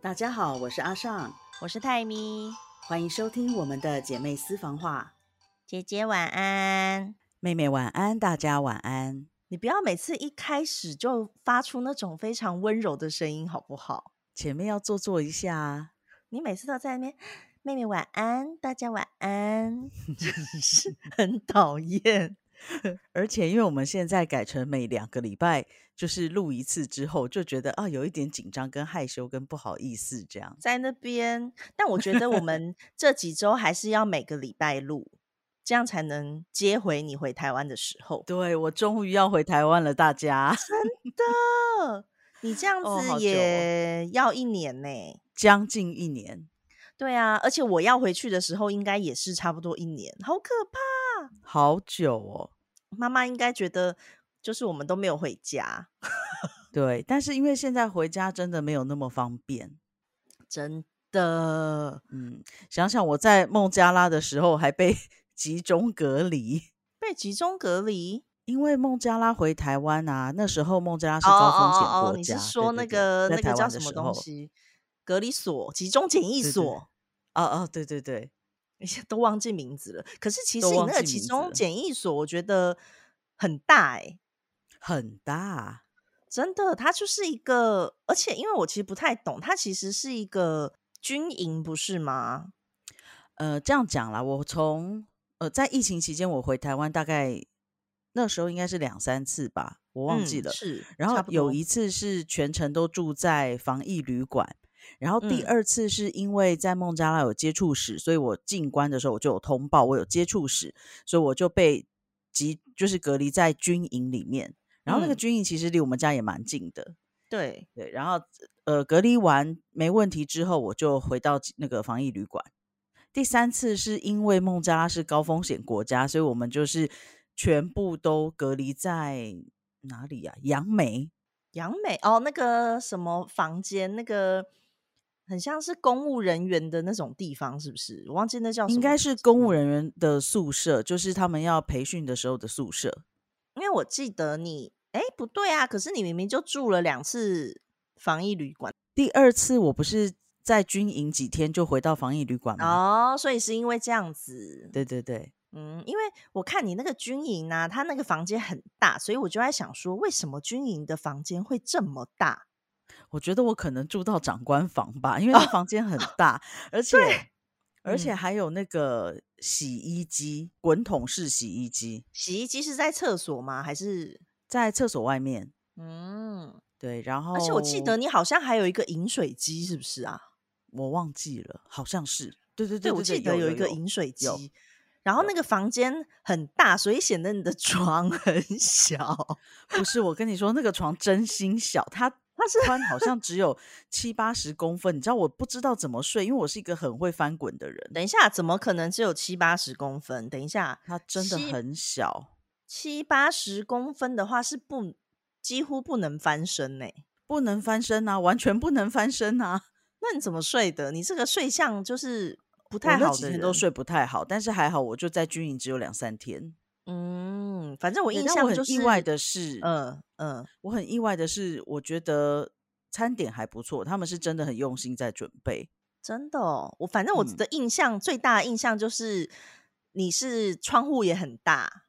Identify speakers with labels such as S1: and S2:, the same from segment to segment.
S1: 大家好，我是阿尚，
S2: 我是泰咪
S1: 欢迎收听我们的姐妹私房话。
S2: 姐姐，晚安。
S1: 妹妹晚安，大家晚安。
S2: 你不要每次一开始就发出那种非常温柔的声音，好不好？
S1: 前面要做作一下啊，
S2: 你每次都在那边，妹妹晚安，大家晚 安， 真是很讨厌。
S1: 而且因为我们现在改成每两个礼拜就是录一次之后，就觉得啊有一点紧张、跟害羞、跟不好意思这样。
S2: 在那边，但我觉得我 们这几周还是要每个礼拜录，这样才能接回你回台湾的时候。
S1: 对我终于要回台湾了，大家
S2: 的，你这样
S1: 哦好久哦
S2: 子也要一年呢、
S1: 将近一年，
S2: 对啊，而且我要回去的时候，应该也是差不多一年，好可怕。
S1: 好久哦。
S2: 妈妈应该觉得，就是我们都没有回家，
S1: 对，但是因为现在回家真的没有那么方便，
S2: 真的
S1: 嗯，想想我在孟加拉的时候还被 集中隔离，
S2: 被集中隔离。
S1: 因为孟加拉回台湾啊，那时候孟加拉是
S2: 哦
S1: 高风险
S2: 哦哦哦
S1: 国家。
S2: 你是
S1: 对对
S2: 说那
S1: 对
S2: 个
S1: 在
S2: 那个
S1: 台
S2: 叫
S1: 湾的
S2: 什么
S1: 时
S2: 东
S1: 候？
S2: 西？隔离所、集中检疫
S1: 对对
S2: 所，
S1: 哦哦，对对对，
S2: 一下都忘记名字了。可是其实
S1: 都
S2: 你
S1: 忘
S2: 那个
S1: 记名
S2: 集
S1: 字了
S2: 中检疫所，我觉得很大哎、
S1: 很大，
S2: 真的，它就是一个，而且因为我其实不太懂，它其实是一个军营，不是吗？
S1: 呃，这样讲啦，我从呃在疫情期间我回台湾，大概那时候应该是两三次吧，我忘记
S2: 嗯
S1: 了。
S2: 是，
S1: 然
S2: 差
S1: 后
S2: 不
S1: 有
S2: 多
S1: 一次是全程都住在防疫旅馆，然后第
S2: 嗯
S1: 二次是因为在孟加拉有接触史，所以我进关的时候我就有通报我有接触史，所以我就被集就是隔离在军营里面。然后那个
S2: 嗯
S1: 军营其实离我们家也蛮近的，
S2: 对，
S1: 对。然后呃隔离完没问题之后，我就回到那个防疫旅馆。第三次是因为孟加拉是高风险国家，所以我们就是全部都隔离在哪里呀、杨梅。
S2: 杨美哦，那个什么房间，那个很像是公务人员的那种地方，是不是？我忘记那叫什么。嗯
S1: 应该是公务
S2: 人，
S1: 人员的宿舍，就是他们要培训的时候的宿舍。
S2: 因为我记得你，哎，不对啊，可是你明明就住了两次防疫旅馆
S1: 第二次我不是在军营几天就回到防疫旅馆吗？
S2: 哦，所以是因为这样子。
S1: 对对对，
S2: 嗯，因为我看你那个军营啊，它那个房间很大，所以我就在想说，为什么军营的房间会这么大？
S1: 我觉得我可能住到长官房吧，因为那房间很大，而且而且
S2: 哦嗯
S1: 还有那个洗衣机，滚筒式洗衣机
S2: 洗衣机是在厕所吗？还是
S1: 在厕所外面。
S2: 嗯？
S1: 对，然后
S2: 而且我记
S1: 哦
S2: 得你好像还有一个饮水机，是不是啊？
S1: 我忘记了，好像是对对
S2: 对，
S1: 对
S2: 我记得
S1: 有
S2: 有一个
S1: 有
S2: 饮水
S1: 有
S2: 机，然后那个房间很大，所以显得你的 床很小。
S1: 不是，我跟你说，那个床真心小，它它
S2: 是
S1: 宽好像只有七八十公分。你知道我不知道怎么睡，因为我是一个很会翻滚的人，
S2: 等一下，怎么可能只有七八十公分？等一下，
S1: 它真的
S2: 七
S1: 很小，
S2: 七八十公分的话是不几乎不能翻身呢、
S1: 不能翻身啊，完全不能翻身啊。
S2: 那你怎么睡的？你这个睡相就是不
S1: 不
S2: 太好
S1: 几
S2: 的
S1: 天
S2: 人。
S1: 都睡不太好，但是还好我就在军营只有两三天。
S2: 嗯，反正我
S1: 对
S2: 印
S1: 但
S2: 象
S1: 我
S2: 就
S1: 很
S2: 是
S1: 意外的是，呃
S2: 嗯嗯，
S1: 我很意外的是，我觉得餐点还不错，他们是真的很用心在准备。
S2: 真的哦，我反正我
S1: 嗯
S2: 的印象、最大的印象就是你是窗户也很大，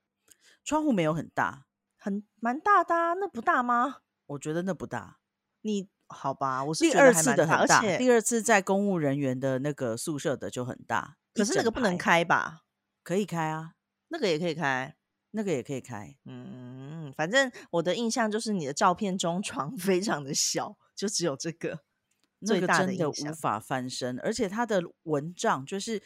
S1: 窗户没有很大，
S2: 很蛮大的、啊，那不大吗？
S1: 我觉得那不大。
S2: 你好吧，我是
S1: 第
S2: 觉得
S1: 二
S2: 还
S1: 次
S2: 蛮
S1: 的很
S2: 大，
S1: 大
S2: 而，且
S1: 第二次在公务人员的那个宿舍的就很大，
S2: 可
S1: 一
S2: 是那
S1: 整
S2: 个不
S1: 排，
S2: 能开吧？
S1: 可以开啊，
S2: 那个也可以开。
S1: 那个也可以开。
S2: 嗯，反正我的印象就是你的照片中床 非常的小，就只有这个
S1: 那
S2: 最
S1: 个
S2: 大
S1: 真
S2: 的
S1: 的
S2: 印
S1: 无
S2: 象。
S1: 法翻身，而且它的蚊帐就是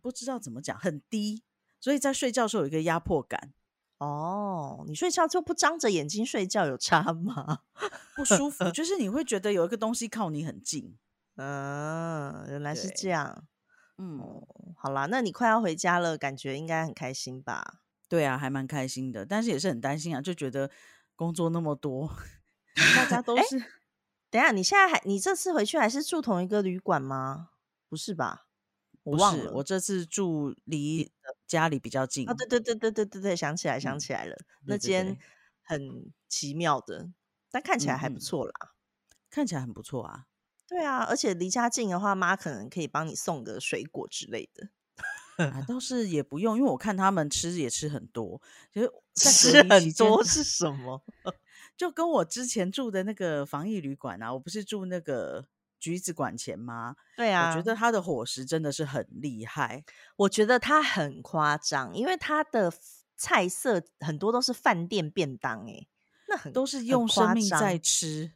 S1: 不知道怎么讲，很低，所以在睡觉的时候有一个压迫感，
S2: 哦，你睡觉就不张着眼睛睡觉有差吗？
S1: 不舒服，就是你会觉得有一个东西靠你很近。
S2: 嗯，原来是这
S1: 对
S2: 样。
S1: 嗯
S2: 哦，，好啦，那你快要回家了，感觉应该很开心吧？
S1: 对啊，还蛮开心的，但是也是很担心啊，就觉得工作那么多，大 家都
S2: 诶
S1: 是、
S2: 等一下，你现在还你这次回去还是住同一个旅馆吗？不是吧？我
S1: 不
S2: 忘
S1: 是
S2: 了。
S1: 我这次住离家里比较近
S2: 啊，对对对对对对对，想起来想
S1: 嗯
S2: 起来了，
S1: 对
S2: 那
S1: 对对
S2: 间很奇妙的，但看起来还
S1: 嗯
S2: 不
S1: 嗯
S2: 错啦。
S1: 看起来很不错啊。
S2: 对啊，而且离家近的话，妈可能可以帮你送个水果之类的。
S1: 啊，倒是也不用，因为我看他们吃也吃很多，就是 在
S2: 吃
S1: 隔离期
S2: 很
S1: 间
S2: 多是 什么？
S1: 就跟我之前住的那个防疫旅馆啊，我不是住那个橘子馆前吗？
S2: 对啊，
S1: 我觉得他的伙食真的是很厉害，
S2: 我觉得它很夸张，因为它的菜色很多都是饭店便当、欸，哎，那很
S1: 都是用生命在 吃，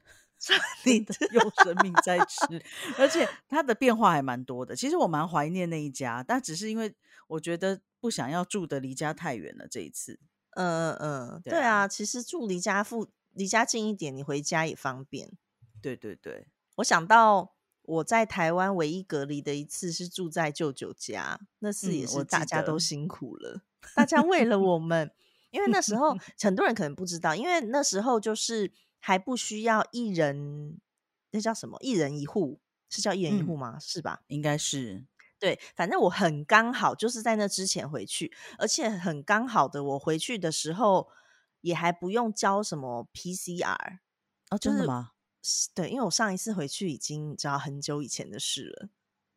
S2: 你
S1: 用生命在吃，而且它的变化还蛮多的。其实我蛮怀念那一家，但只是因为我觉得不想要住的离家太远了。这一次，
S2: 嗯嗯，
S1: 对
S2: 对
S1: 啊
S2: 啊，其实住离家附离家近一点，你回家也方便。
S1: 对对对，
S2: 我想到我在台湾唯一隔离的一次是住在舅舅家，那次也
S1: 嗯我
S2: 是大
S1: 记
S2: 家都
S1: 得
S2: 辛苦了，大家为了我们，因为那 时候很多人可能不知道，因为那时候就是还不需要一人，那叫什么？一人一户是叫一人一户
S1: 嗯
S2: 吗？是吧？
S1: 应该是
S2: 对，反正我很刚好就是在那之前回去，而且很刚好的，我回去的时候也还不用交什么 PCR，
S1: 哦，
S2: 就
S1: 真的
S2: 是
S1: 吗？
S2: 是对，因为我上一次回去已经你知道很久以前的事了，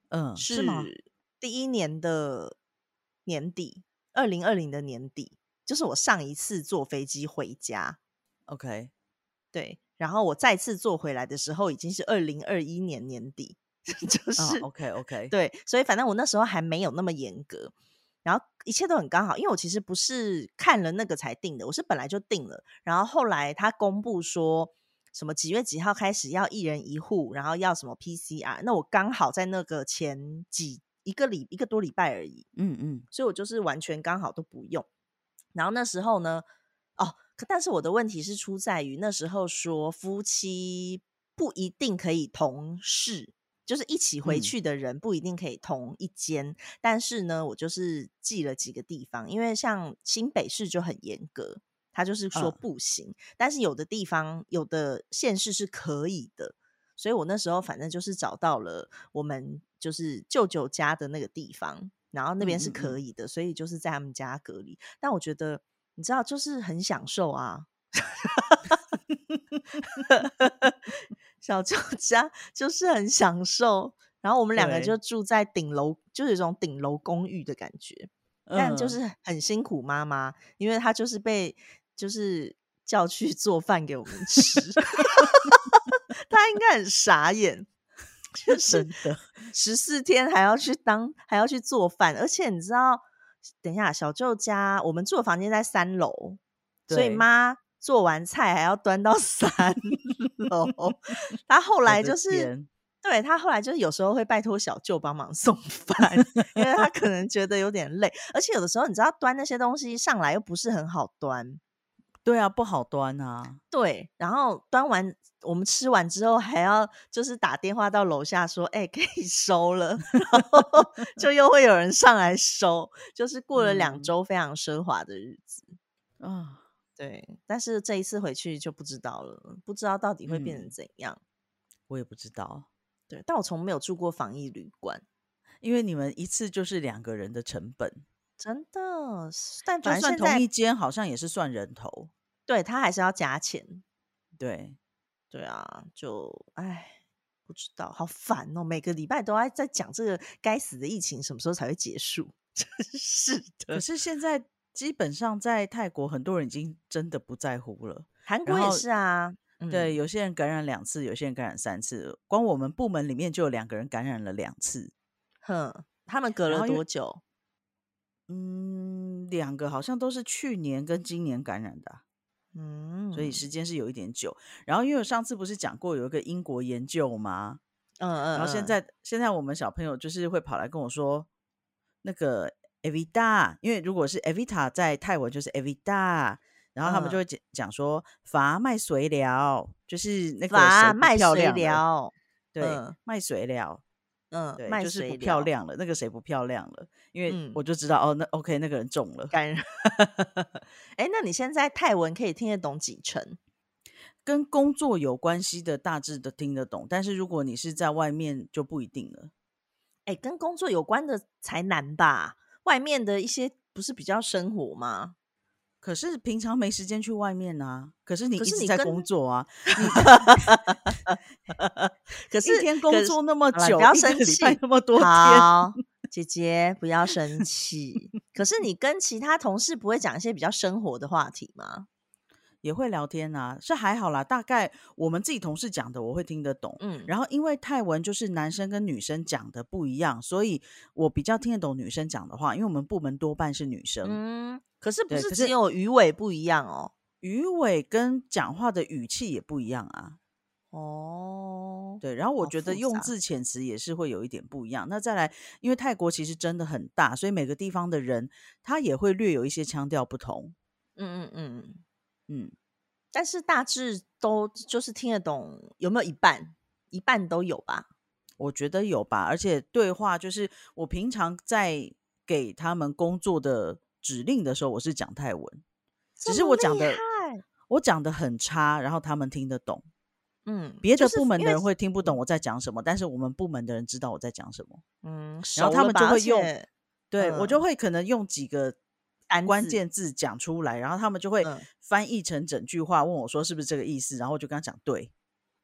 S1: 嗯，是吗？
S2: 第一年的年底，二零二零的年底，就是我上一次坐飞机回家，
S1: ？OK，
S2: 对，然后我再次坐回来的时候已经是二零二一年年底， 就
S1: 啊
S2: 是、
S1: ，OK OK，
S2: 对，所以反正我那时候还没有那么严格，然后一切都很刚好，因为我其实不是看了那个才定的，我是本来就定了，然后后来他公布说什么几月几号开始要一人一户，然后要什么 PCR，那我刚好在那个前几一个礼一个多礼拜而已，
S1: 嗯嗯，
S2: 所以我就是完全刚好都不用。然后那时候呢，哦，可但是我的问题是出在于那时候说夫妻不一定可以同事，就是一起回
S1: 嗯
S2: 去的人不一定可以同一间。但是呢，我就是记了几个地方，因为像新北市就很严格，他就是说
S1: 嗯
S2: 不行，但是有的地方有的县市是可以的。所以我那时候反正就是找到了我们就是舅舅家的那个地方，然后那边是
S1: 嗯嗯嗯
S2: 可以的，所以就是在他们家隔离。但我觉得你知道，就是很享 受啊。小舅家就是很享受，然后我们两个
S1: 对
S2: 就住在顶楼，就是有一种顶楼公寓的感觉。但就
S1: 嗯
S2: 是很辛苦妈妈，因为她就是被就是叫去做饭给我们吃， 她应该很傻眼， 就是
S1: 真的，
S2: 十四天还要去当还要去做饭，而且你知道，等一下小舅家我们住的房间在三楼，所以
S1: 对
S2: 妈做完菜还要端到 三楼， 她后
S1: 我
S2: 来
S1: 的
S2: 就是。
S1: 天
S2: 对他后来就是有时候会拜托小舅帮忙 送饭，因为他可能觉得有点累，而且有的时候你知道端那些东西上来又不是很好端，
S1: 对啊，不好端啊，
S2: 对，然后端完我们吃完之后还要就是打电话到楼下说，哎、可以收了，然后就又会有人上来收，就是过了两
S1: 嗯
S2: 周非常奢华的日子。
S1: 啊，
S2: 对，但是这一次回去就不知道了，不知道到底会变成
S1: 嗯
S2: 怎样。
S1: 我也不知道，
S2: 对，但我从没有住过防疫旅馆，
S1: 因为你们一次就是两个人的成本，
S2: 真的。但
S1: 就
S2: 反正
S1: 算
S2: 现
S1: 同
S2: 在
S1: 一间，好像也是算人头。
S2: 对他还是要加钱。
S1: 对，
S2: 对啊，就唉，不知道，好烦哦！每个礼拜都在在讲这个该死的疫情什么时候才会结束， 真是
S1: 可
S2: 的。
S1: 是现在基本上在泰国，很多人已经真的不在乎了。
S2: 韩
S1: 然
S2: 国也
S1: 后
S2: 是啊，嗯、
S1: 对，，有些人感染两次，有些人感染三次，光我们部门里面就有两个人感染了两次。
S2: 嗯哼，他们隔
S1: 然
S2: 了
S1: 后因为
S2: 多久？
S1: 嗯，两个好像都是去年跟今年感染的啊、
S2: 嗯，
S1: 所以时间是有一点久。然后因为我上次不是讲过有一个英国研究吗？
S2: 嗯，嗯嗯，
S1: 然后现在现在我们小朋友就是会跑来跟我说，那个 Evita，因为如果是 Evita 在泰文就是 Evita，然后他们就
S2: 嗯
S1: 会讲讲说伐麦水疗，就是那个
S2: 哇，
S1: 谁不
S2: 卖
S1: 漂
S2: 水
S1: 亮了，
S2: 疗，
S1: 对
S2: 嗯，
S1: 卖水疗，
S2: 嗯，
S1: 对，
S2: 卖
S1: 就是
S2: 水
S1: 不漂
S2: 疗
S1: 亮了，那个谁不漂亮了，因为
S2: 嗯
S1: 我就知道哦，那 OK 那个人中了，
S2: 感染。哎、那你现在泰文可以听得懂几成？
S1: 跟工作有关系的大致都听得懂，但是如果你是在外面就不一定了。
S2: 哎、跟工作有关的才难吧？外面的一些不是比较生活吗？
S1: 可是平常没时间去外面啊，可是你一
S2: 可是
S1: 直
S2: 你
S1: 在
S2: 跟
S1: 工作啊，
S2: 可
S1: 一
S2: 是
S1: 天工
S2: 可是
S1: 作那么
S2: 好啦
S1: 久，
S2: 不要
S1: 一个礼
S2: 生
S1: 拜
S2: 气
S1: 那么多天，
S2: 好，姐姐不要生气。可是你跟其他同事不会讲一些比较生活的话题吗？
S1: 也会聊天啊，是还好啦。大概我们自己同事讲的我会听得懂，
S2: 嗯，
S1: 然后因为泰文就是男生跟女生讲的不一样，所以我比较听得懂女生讲的话，因为我们部门多半是女生。
S2: 嗯，可是不
S1: 对
S2: 是
S1: 可
S2: 只
S1: 是
S2: 有鱼尾不一样哦？
S1: 鱼尾跟讲话的语气也不一样啊，
S2: 哦，
S1: 对，然后我
S2: 好
S1: 觉得
S2: 复
S1: 用
S2: 杂
S1: 字遣词也是会有一点不一样。那再来，因为泰国其实真的很大，所以每个地方的人他也会略有一些腔调不同。
S2: 嗯嗯嗯，
S1: 嗯，
S2: 但是大致都就是听得懂，有没有一半？一半都有吧？
S1: 我觉得有吧。而且对话就是我平常在给他们工作的指令的时候，我是讲泰文，只
S2: 这
S1: 是
S2: 么
S1: 我讲
S2: 厉
S1: 的
S2: 害
S1: 我讲的很差，然后他们听得懂。
S2: 嗯，
S1: 别
S2: 就
S1: 的
S2: 是嗯
S1: 部门
S2: 因
S1: 的
S2: 为
S1: 人会听不懂我在讲什么，但是我们部门的人知道我在讲什么。
S2: 嗯，
S1: 然后
S2: 熟
S1: 他
S2: 了
S1: 们
S2: 吧
S1: 就
S2: 而
S1: 会用
S2: 且
S1: 对、我就
S2: 嗯
S1: 会可能用几个
S2: 单
S1: 关
S2: 字
S1: 键字讲出来，然后他们就会
S2: 嗯
S1: 翻译成整句话，问我说是不是这个意思，然后我就跟他讲对，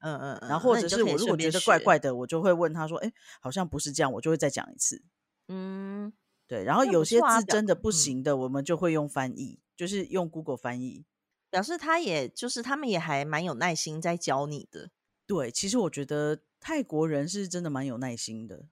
S2: 嗯 嗯嗯，
S1: 然后或
S2: 那你
S1: 者
S2: 就是可以
S1: 我如
S2: 顺
S1: 果觉
S2: 便
S1: 得怪
S2: 学
S1: 怪的，我就会问他说，哎，好像不是这样，我就会再讲一次。
S2: 嗯，
S1: 对，然后
S2: 那
S1: 有
S2: 不
S1: 些
S2: 错啊
S1: 字
S2: 表
S1: 真的不
S2: 嗯
S1: 行的，我们就会用翻译，就是用 Google 翻译。
S2: 表示他也就是他们也还蛮有耐心在教你的。
S1: 对，其实我觉得泰国人是真的蛮有耐心的。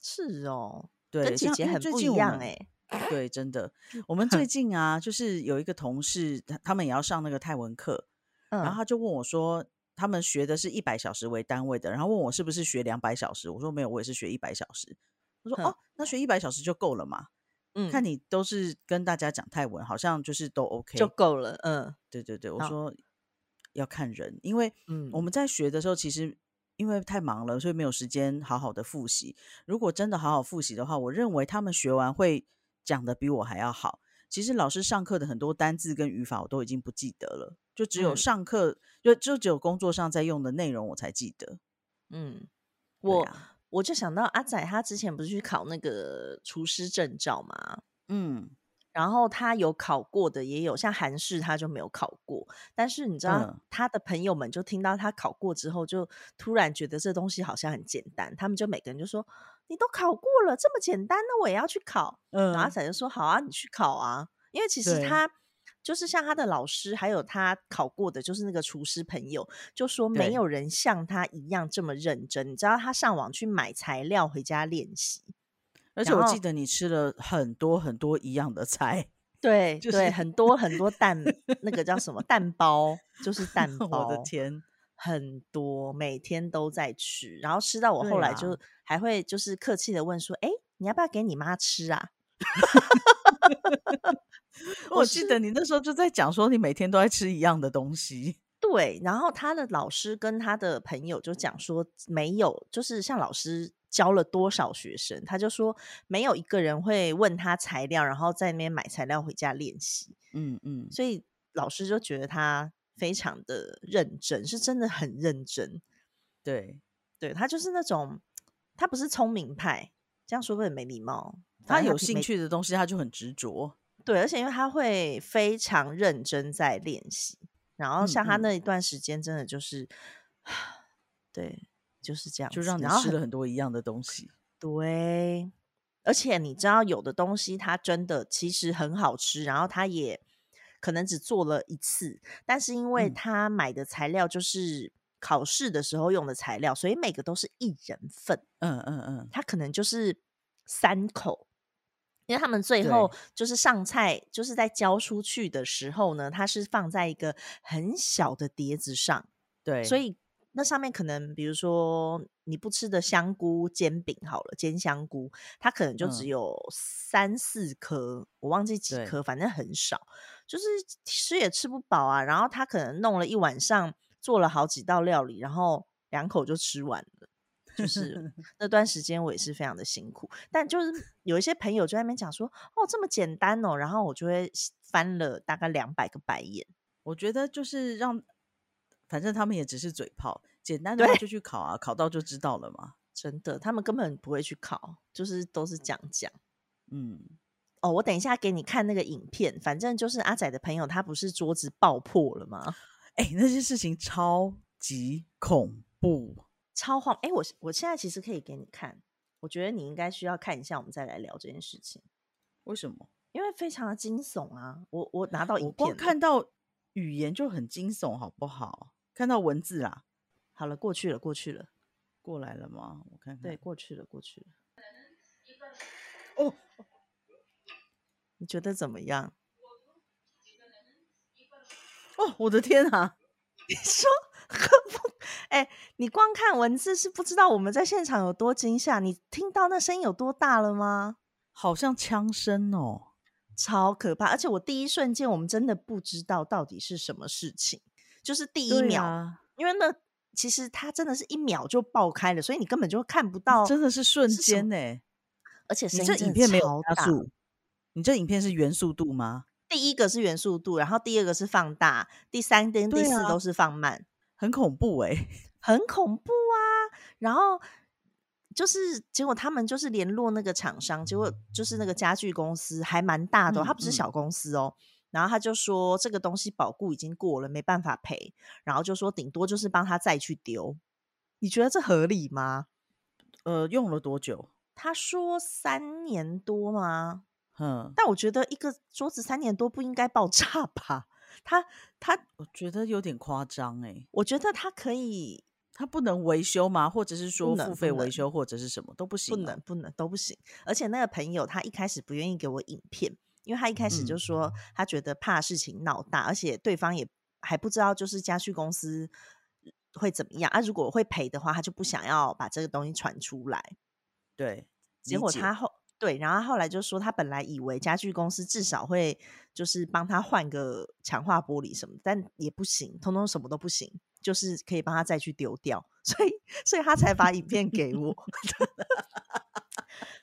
S2: 是哦，
S1: 对，
S2: 跟姐
S1: 像
S2: 姐
S1: 因为
S2: 很
S1: 最
S2: 不一
S1: 近我
S2: 样
S1: 们
S2: 哎、嗯
S1: 对，真的，我们最近啊，就是有一个同事，他他们也要上那个泰文课，
S2: 嗯，
S1: 然后他就问我说，他们学的是一百小时为单位的，然后问我是不是学两百小时，我说没有，我也是学一百小时。他说
S2: 哼
S1: 哦，那学一百小时就够了嘛？
S2: 嗯
S1: 看你都是跟大家讲泰文，好像就是都 OK。
S2: 就够了。嗯
S1: 对对对，我
S2: 好
S1: 说要看人，因为
S2: 嗯，
S1: 我们在学的时候，其实因为太忙了，所以没有时间好好的复习。如果真的好好复习的话，我认为他们学完会讲的比我还要好。其实老师上课的很多单字跟语法我都已经不记得了，就只有
S2: 嗯
S1: 上课、就就只有工作上在用的内容我才记得。
S2: 嗯，
S1: 对
S2: 我、
S1: 啊
S2: 我就想到阿仔他之前不是去考那个厨师证照嘛，
S1: 嗯
S2: 然后他有考过的也有，像韩式他就没有考过，但是你知道
S1: 嗯
S2: 他的朋友们就听到他考过之后，就突然觉得这东西好像很简单，他们就每个人就说你都考过了，这么简单，那我也要去考。然后阿
S1: 嗯
S2: 仔就说：“好啊，你去考啊。”因为其实
S1: 对
S2: 他就是像他的老师，还有他考过的，就是那个厨师朋友，就说没
S1: 对
S2: 有人像他一样这么认真。你知道他上网去买材料回家练习，
S1: 而且
S2: 然
S1: 我记
S2: 后
S1: 得你吃了很多很多一样的菜，
S2: 对、
S1: 就
S2: 对，
S1: 是
S2: 很多很多 蛋，那个叫什么蛋包， 就是蛋
S1: 我的
S2: 包，
S1: 天，
S2: 很多，每天都在吃，然后吃到我
S1: 对
S2: 后来
S1: 啦
S2: 就还会就是客气的问说：“哎，你要不要给你妈吃啊？” 我
S1: 我记得你那时候就在讲说你每天都在吃一样的东西。
S2: 对，然后他的老师跟他的朋友就讲说，没有，就是像老师教了多少学生，他就说没有一个人会问他材料，然后在那边买材料回家练习，
S1: 嗯嗯，
S2: 所以老师就觉得他非常的认真，是真的很认真。
S1: 对，
S2: 对他就是那种，他不是聪明派，这样说会不会没礼貌？
S1: 他哦
S2: 反正
S1: 有
S2: 平
S1: 兴
S2: 每
S1: 趣的东西他就很执着。
S2: 对，而且因为他会非常认真在练习，然后
S1: 嗯
S2: 像他
S1: 嗯
S2: 那一段时间，真的就是，对，就是这样
S1: 就
S2: 子。
S1: 让你
S2: 然后
S1: 吃
S2: 很
S1: 了很多一样的东西。
S2: 对，而且你知道，有的东西它真的其实很好吃，然后它也可能只做了一次，但是因为
S1: 嗯
S2: 他买的材料就是考试的时候用的材料，所以每个都是一人份。
S1: 嗯嗯嗯，
S2: 他可能就是三口，因为他们最后就是上菜，就是在交出去的时候呢，它是放在一个很小的碟子上，
S1: 对，
S2: 所以那上面可能比如说你不吃的香菇煎饼好了，煎香菇，它可能就只
S1: 嗯
S2: 有三四颗，我忘记几
S1: 对
S2: 颗，反正很少，就是吃也吃不饱啊。然后他可能弄了一晚上，做了好几道料理，然后两口就吃完了。就是 那段时间我也是非常的辛苦，但就是有一些朋友就在那边讲说，哦这么简单哦，然后我就会翻了大概两百个白眼。
S1: 我觉得就是让，反正他们也只是嘴炮，简单的话
S2: 对
S1: 就去考啊，考到就知道了嘛。
S2: 真的，他们根本不会去考，就是都是讲讲。
S1: 嗯，
S2: 哦，我等一下给你看那个影片，反正就是阿仔的朋友，他不是桌子爆破了吗？
S1: 哎、那些事情超级恐怖。
S2: 超晃！哎、我我现在其实可以给你看，我觉得你应该需要看一下，我们再来聊这件事情，
S1: 为什么？
S2: 因为非常的惊悚啊！我我拿到影
S1: 我
S2: 片
S1: 光
S2: 了
S1: 看到语言就很惊悚，好不好？看到文字啦，
S2: 好了，过去了，过去
S1: 嗯
S2: 了，
S1: 过来了吗？我看看。
S2: 对，，过去了，过去了。
S1: 哦，
S2: 你觉得怎么样？
S1: 哦，我的天啊！
S2: 你说可不？哎、你光看文字是不知道我们在现场有多惊吓，你听到那声音有多大了吗？
S1: 好像枪声哦。
S2: 超可怕！而且我第一瞬间，我们真的不知道到底是什么事情，就是第一
S1: 对
S2: 秒，
S1: 啊，
S2: 因为那其实它真的是一秒就爆开了，所以你根本就看不到，
S1: 嗯真的是瞬
S2: 是什么
S1: 间呢、
S2: 而且声
S1: 你
S2: 音
S1: 这
S2: 真
S1: 影
S2: 的
S1: 片没有
S2: 超
S1: 加
S2: 大
S1: 速，你这影片是原速度吗？
S2: 第一个是原速度，然后第二个是放大，第三跟第
S1: 对
S2: 四
S1: 啊
S2: 都是放慢，
S1: 很恐怖哎、
S2: 很恐怖啊！然后就是结果他们就是联络那个厂商，结果就是那个家具公司还蛮大的哦、
S1: 嗯
S2: 它不是
S1: 嗯
S2: 小公司哦。然后他就说这个东西保固已经过了，没办法赔，然后就说顶多就是帮他再去丢。你觉得这合理吗？
S1: 呃，用了多久？
S2: 他说三年多吗？
S1: 嗯，
S2: 但我觉得一个桌子三年多不应该爆炸吧？ 他他，
S1: 我觉得有点夸张哎。
S2: 我觉得他可以
S1: 它不能维修吗？或者是说
S2: 能
S1: 付
S2: 不
S1: 费维
S2: 能
S1: 修，或者是什么都不行、
S2: 不能。不能都不行。而且那个朋友他一开始不愿意给我影片，因为他一开始就
S1: 嗯
S2: 说他觉得怕事情闹大，而且对方也还不知道就是家具公司会怎么样啊。如果会赔的话，他就不想要把这个东西传出来。
S1: 对，
S2: 结
S1: 理
S2: 果
S1: 解
S2: 他后对，然后他后来就说他本来以为家具公司至少会就是帮他换个强化玻璃什么的，但也不行，通通什么都不行，就是可以帮他再去丢掉， 所以所以他才把影片给我。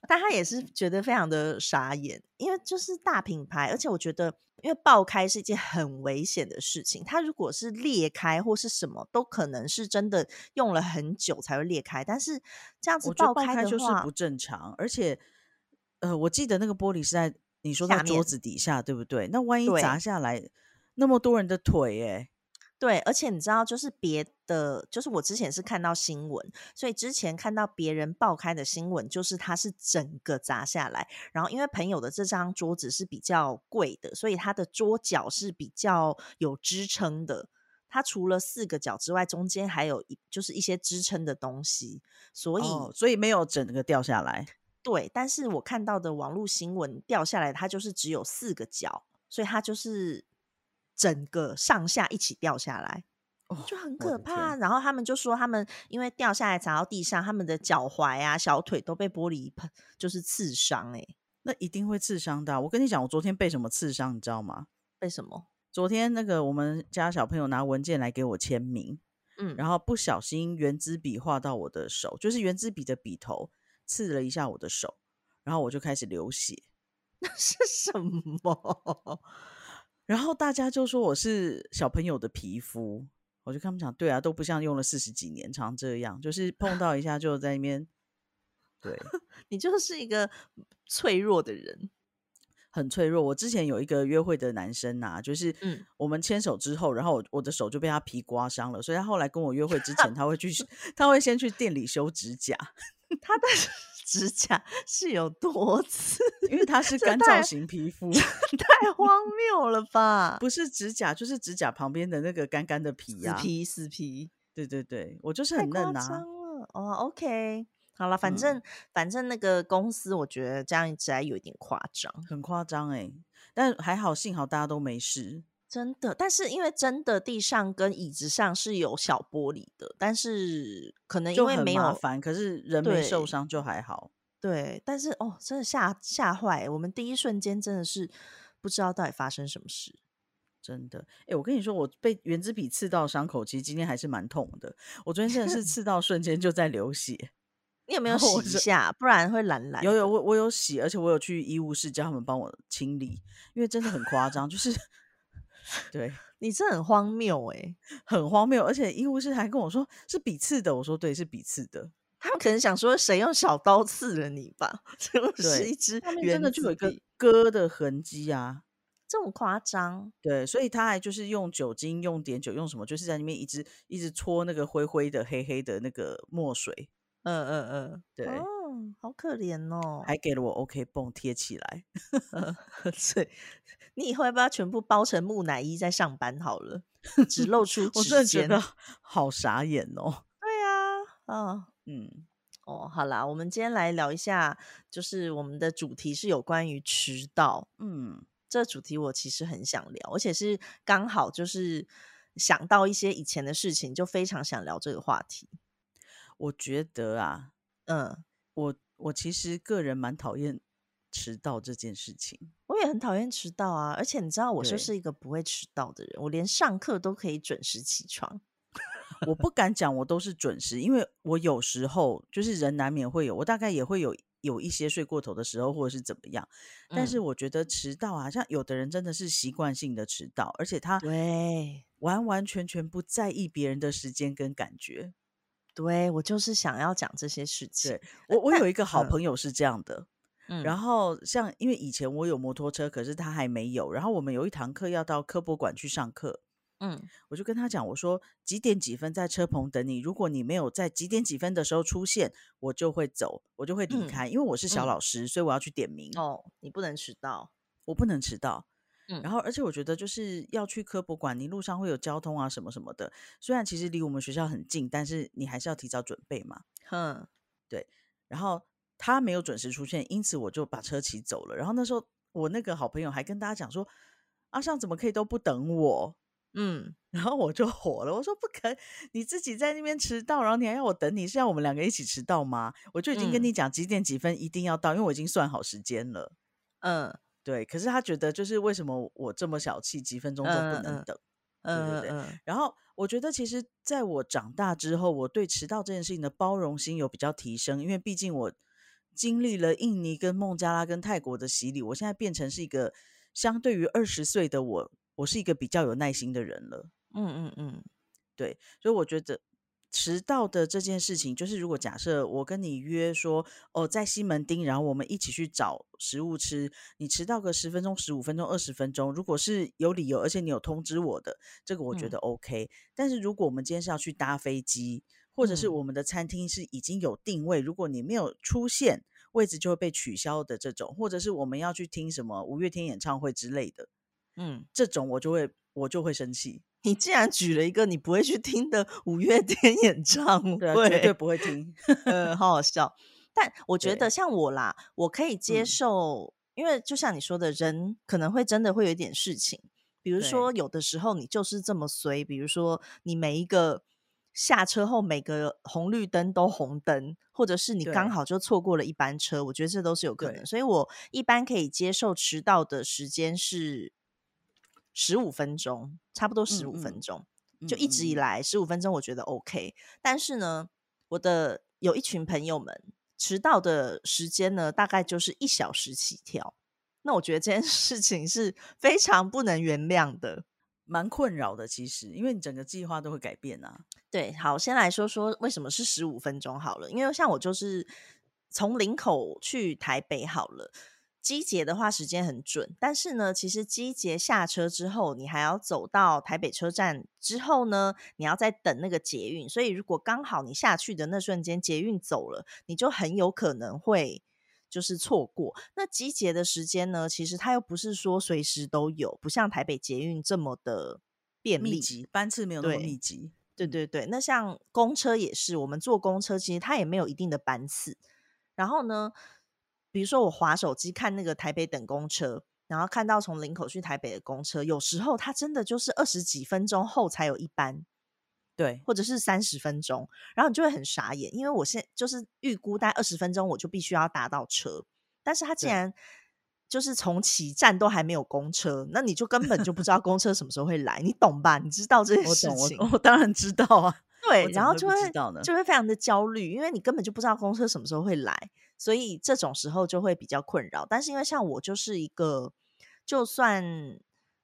S2: 但他也是觉得非常的傻眼，因为就是大品牌，而且我觉得，因为爆开是一件很危险的事情，它如果是裂开或是什么，都可能是真的用了很久才会裂开。但是这样子
S1: 我觉得爆
S2: 开
S1: 开
S2: 的
S1: 就是
S2: 话
S1: 不正常，而且，呃，我记得那个玻璃是在你说
S2: 下
S1: 在桌
S2: 面
S1: 子底下，对不对？那万一
S2: 对
S1: 砸下来，那么多人的腿、欸，
S2: 对，而且你知道，就是别的，就是我之前是看到新闻，所以之前看到别人爆开的新闻，就是它是整个砸下来。然后因为朋友的这张桌子是比较贵的，所以它的桌角是比较有支撑的。它除了四个角之外，中间还有一就是一些支撑的东西，所以、
S1: 哦，所以没有整个掉下来。
S2: 对，但是我看到的网络新闻掉下来，它就是只有四个角，所以它就是整个上下一起掉下来，
S1: 哦
S2: 就很
S1: 我
S2: 可
S1: 的
S2: 怕。
S1: 天
S2: 然后他们就说，他们因为掉下来砸到地上，他们的脚踝啊、小腿都被玻璃碰就是刺伤、欸，哎，
S1: 那一定会刺伤的啊、我跟你讲，我昨天被什么刺伤，你知道吗？
S2: 为什么？
S1: 昨天那个我们家小朋友拿文件来给我签名，
S2: 嗯，
S1: 然后不小心圆珠笔划到我的手，就是圆珠笔的笔头刺了一下我的手，然后我就开始流血。
S2: 那是什么？
S1: 然后大家就说我是小朋友的皮肤，我就跟他们讲，对啊，都不像用了四十几年，常这样，就是碰到一下就在那边，对，
S2: 你就是一个脆弱的人。
S1: 很脆弱。我之前有一个约会的男生呐、就是
S2: 嗯
S1: 我们牵手之后，然后我我的手就被他皮刮伤了，所以他后来跟我约会之前，他 会去他会先去店里修指甲，
S2: 他的指甲是有多 刺？
S1: 因为他是
S2: 这
S1: 干
S2: 太
S1: 燥型皮肤，
S2: 太荒谬了吧！
S1: 不是指甲就是指甲旁边的那个干干的皮
S2: 死
S1: 呀、
S2: 皮死皮，
S1: 对对对，我就是
S2: 太
S1: 很
S2: 夸
S1: 嫩
S2: 张
S1: 啊，
S2: 了哦。OK，好了，反
S1: 嗯
S2: 正、反正那个公司，我觉得这样一直还有一点夸张，
S1: 很夸张哎、但还好，幸好大家都没事。
S2: 真的。但是因为真的地上跟椅子上是有小玻璃的，但是可能因
S1: 就
S2: 为
S1: 很
S2: 没
S1: 麻
S2: 有
S1: 烦，可是人没受
S2: 对
S1: 伤就还好。
S2: 对，但是哦，真的吓吓坏我们，第一瞬间真的是不知道到底发生什么事。
S1: 真的，哎、我跟你说，我被原子笔刺到伤口，其实今天还是蛮痛的。我昨天真的 是刺到瞬间就在流血，
S2: 你有没有
S1: 然后
S2: 洗
S1: 我
S2: 一
S1: 就
S2: 下？不然会懒懒。
S1: 有有我我有洗，而且我有去医务室叫他们帮我清理，因为真的很夸张，就是 对，
S2: 你这很荒谬哎、
S1: 很荒谬。而且医务室还跟我说是笔刺的，我说对，是笔刺的。
S2: 他们可能想说谁用小刀刺了你吧？结果是
S1: 对
S2: 一支
S1: 上面真
S2: 原
S1: 的就有
S2: 子
S1: 一个
S2: 笔。
S1: 割的痕迹啊。
S2: 这么夸张？
S1: 对，所以他还就是用酒精、用碘酒、用什么，就是在里面一直一直搓那个灰灰的、黑黑的那个墨水，
S2: 嗯嗯嗯，
S1: 对
S2: 哦，好可怜哦。
S1: 还给了我 OK 泵贴起来。
S2: 对，你以后要不要全部包成木乃伊在上班好了？ 只露出
S1: 我
S2: 指
S1: 真的觉
S2: 尖
S1: 得好傻眼哦。
S2: 对啊，啊
S1: 嗯，
S2: 哦，好啦，我们今天来聊一下，就是我们的主题是有关于迟到。
S1: 嗯，
S2: 这主题我其实很想聊，而且是刚好就是想到一些以前的事情，就非常想聊这个话题。
S1: 我觉得啊，
S2: 嗯，
S1: 我我其实个人蛮讨厌迟到这件事情。
S2: 我也很讨厌迟到啊，而且你知道我就
S1: 对
S2: 是一个不会迟到的人，我连上课都可以准时起床。
S1: 我不敢讲我都是准时，因为我有时候就是人难免会有，我大概也会有有一些睡过头的时候，或者是怎么样。但是
S2: 嗯
S1: 我觉得迟到啊，像有的人真的是习惯性的迟到，而且他
S2: 对，
S1: 完完全全不在意别人的时间跟感觉。
S2: 对我就是想要讲这些事情
S1: 对。我我
S2: 那
S1: 有一个好
S2: 嗯
S1: 朋友是这样的，
S2: 嗯
S1: 然后像因为以前我有摩托车，可是他还没有。然后我们有一堂课要到科博馆去上课，
S2: 嗯
S1: 我就跟他讲，我说几点几分在车棚等你，如果你没有在几点几分的时候出现，我就会走，我就会离
S2: 嗯
S1: 开，因为我是小
S2: 嗯
S1: 老师，所以我要去点名，
S2: 哦，你不能迟到。
S1: 我不能迟到。
S2: 嗯
S1: 然后，而且我觉得就是要去科博馆，你路上会有交通啊什么什么的。虽然其实离我们学校很近，但是你还是要提早准备嘛。
S2: 哼，
S1: 然后他没有准时出现，因此我就把车骑走了。然后那时候我那个好朋友还跟大家讲说：“阿尚怎么可以都不等我？”
S2: 嗯，
S1: 然后我就火了，我说不可，你自己在那边迟到，然后你还要我等你，是要我们两个一起迟到吗？我就已经跟
S2: 嗯
S1: 你讲几点几分一定要到，因为我已经算好时间了。
S2: 嗯
S1: 对，可是他觉得就是为什么我这么小气，几分钟都不能
S2: 嗯嗯
S1: 等。
S2: 嗯
S1: 对
S2: 嗯
S1: 然后我觉得，其实在我长大之后，我对迟到这件事情的包容心有比较提升，因为毕竟我经历了印尼、跟孟加拉、跟泰国的洗礼，我现在变成是一个相对于二十岁的我，我是一个比较有耐心的人了。
S2: 嗯嗯嗯
S1: 对，所以我觉得迟到的这件事情，就是如果假设我跟你约说，哦，在西门町，然后我们一起去找食物吃，你迟到个十分钟、十五分钟、二十分钟，如果是有理由，而且你有通知我的，这个我觉
S2: 嗯
S1: 得 OK。但是如果我们今天是要去搭飞机，或者是
S2: 嗯
S1: 我们的餐厅是已经有定位，如果你没有出现，位置就会被取消的这种，或者是我们要去听什么五月天演唱会之类的，
S2: 嗯。
S1: 这种我就会我就会生气。
S2: 你竟然举了一个你不会去听的五月天演唱会，
S1: 对啊，绝对不会听。
S2: 呃，好好笑。但我觉
S1: 对
S2: 得像我啦，我可以接
S1: 嗯
S2: 受，因为就像你说的，人可能会真的会有一点事情，比如
S1: 对
S2: 说有的时候你就是这么衰，比如说你每一个下车后每个红绿灯都红灯，或者是你刚
S1: 对
S2: 好就错过了一班车，我觉得这都是有可
S1: 对
S2: 能。所以我一般可以接受迟到的时间是十五分钟，差不多十
S1: 嗯
S2: 五
S1: 嗯
S2: 分钟。就
S1: 嗯
S2: 一直以
S1: 嗯
S2: 来十五分钟我觉得 OK，但是呢，我的有一群朋友们迟到的时间呢，大概就是一小时起跳。那我觉得这件事情是非常不能原谅的。
S1: 蛮困扰的，其实，因为你整个计划都会改变啊。
S2: 对，好，先来说说为什么是十五分钟好了，因为像我就是从林口去台北好了。机捷的话时间很准，但是呢，其实机捷下车之后，你还要走到台北车站之后呢，你要再等那个捷运，所以如果刚好你下去的那瞬间捷运走了，你就很有可能会就是错过。那机捷的时间呢，其实它又不是说随时都有，不像台北捷运这么的便利
S1: 密集班次没有那么
S2: 对
S1: 密集，
S2: 对
S1: 嗯
S2: 对对，那像公车也是，我们坐公车其实它也没有一定的班次。然后呢，比如说我划手机看那个台北等公车，然后看到从林口去台北的公车，有时候它真的就是二十几分钟后才有一班，
S1: 对
S2: 或者是三十分钟，然后你就会很傻眼，因为我现就是预估大概二十分钟我就必须要搭到车，但是它竟
S1: 对
S2: 然就是从起站都还没有公车，那你就根本就不知道公车什么时候会来，你懂吧？你知道这件
S1: 我
S2: 事
S1: 懂，
S2: 情？
S1: 我我当然知道啊。
S2: 对
S1: 我，怎
S2: 然
S1: 么
S2: 后
S1: 会
S2: 就
S1: 不
S2: 会
S1: 知道呢
S2: 就会非常的焦虑，因为你根本就不知道公车什么时候会来，所以这种时候就会比较困扰。但是因为像我就是一个，就算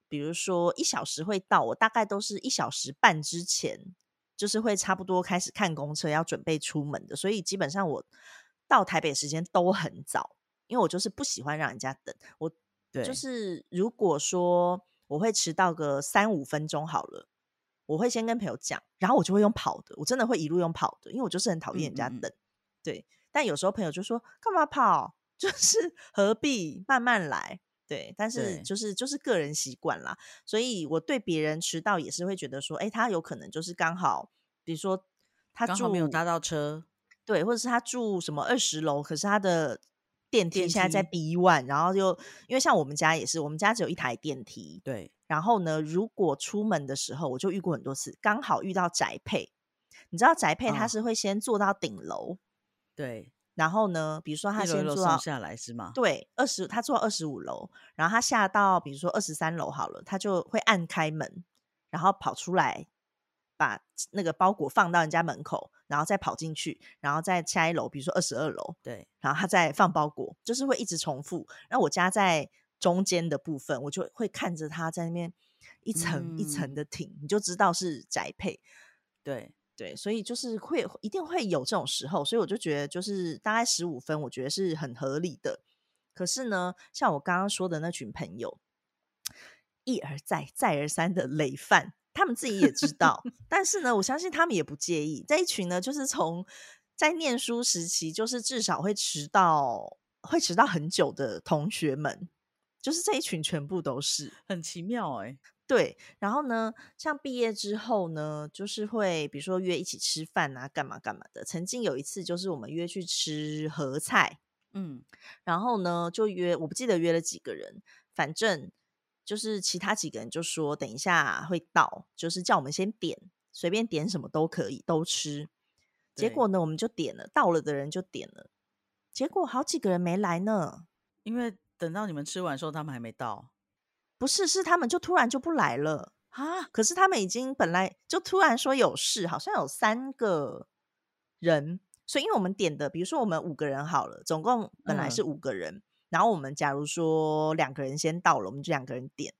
S2: 比如说一小时会到，我大概都是一小时半之前，就是会差不多开始看公车，要准备出门的，所以基本上我到台北时间都很早。因为我就是不喜欢让人家等，我
S1: 对，
S2: 就是如果说我会迟到个三五分钟好了，我会先跟朋友讲，然后我就会用跑的，我真的会一路用跑的，因为我就是很讨厌人家
S1: 嗯嗯嗯
S2: 等。对，但有时候朋友就说干嘛跑， 就是何必慢慢来。对，但是
S1: 对
S2: 就是就是个人习惯啦，所以我对别人迟到也是会觉得说，哎，他有可能就是刚好，比如说他
S1: 刚
S2: 住
S1: 好没有搭到车，
S2: 对，或者是他住什么二十楼，可是他的电梯
S1: 电
S2: 现在在
S1: 梯
S2: B one，然后就因为像我们家也是，我们家只有一台电梯。
S1: 对，
S2: 然后呢，如果出门的时候，我就遇过很多次，刚好遇到宅配。你知道宅配他
S1: 哦
S2: 是会先坐到顶楼，
S1: 对，
S2: 然后呢，比如说他
S1: 一楼一
S2: 先
S1: 楼
S2: 坐
S1: 送
S2: 到
S1: 下来是吗？
S2: 对二十，他坐到二十五楼，然后他下到比如说二十三楼好了，他就会按开门，然后跑出来，把那个包裹放到人家门口，然后再跑进去，然后再下一楼，比如说二十二楼，
S1: 对，
S2: 然后他再放包裹，就是会一直重复。那我家在中间的部分，我就会看着他在那边一层一层
S1: 嗯
S2: 的挺，你就知道是宅配。
S1: 对，
S2: 对，所以就是会一定会有这种时候，所以我就觉得就是大概十五分，我觉得是很合理的。可是呢，像我刚刚说的那群朋友，一而再、再而三的累犯，他们自己也知道，但是呢，我相信他们也不介意。这一群呢，就是从在念书时期，就是至少会迟到、会迟到很久的同学们，就是这一群全部都是。
S1: 很奇妙哎、
S2: 对，然后呢，像毕业之后呢，就是会比如说约一起吃饭啊，干嘛干嘛的。曾经有一次，就是我们约去吃合菜，
S1: 嗯，
S2: 然后呢就约，我不记得约了几个人，反正就是其他几个人就说等一下会到，就是叫我们先点，随便点什么都可以，都吃。结
S1: 对
S2: 果呢，我们就点了，到了的人就点了，结果好几个人没来呢。
S1: 因为等到你们吃完的时候，他们还没到
S2: 不是，是他们就突然就不来了。
S1: 啊，
S2: 可是他们已经本来就突然说有事，好像有三个人，所以因为我们点的，比如说我们五个人好了，总共本来是五个人，然后我们假如说两个人先到了，我们就两个人点，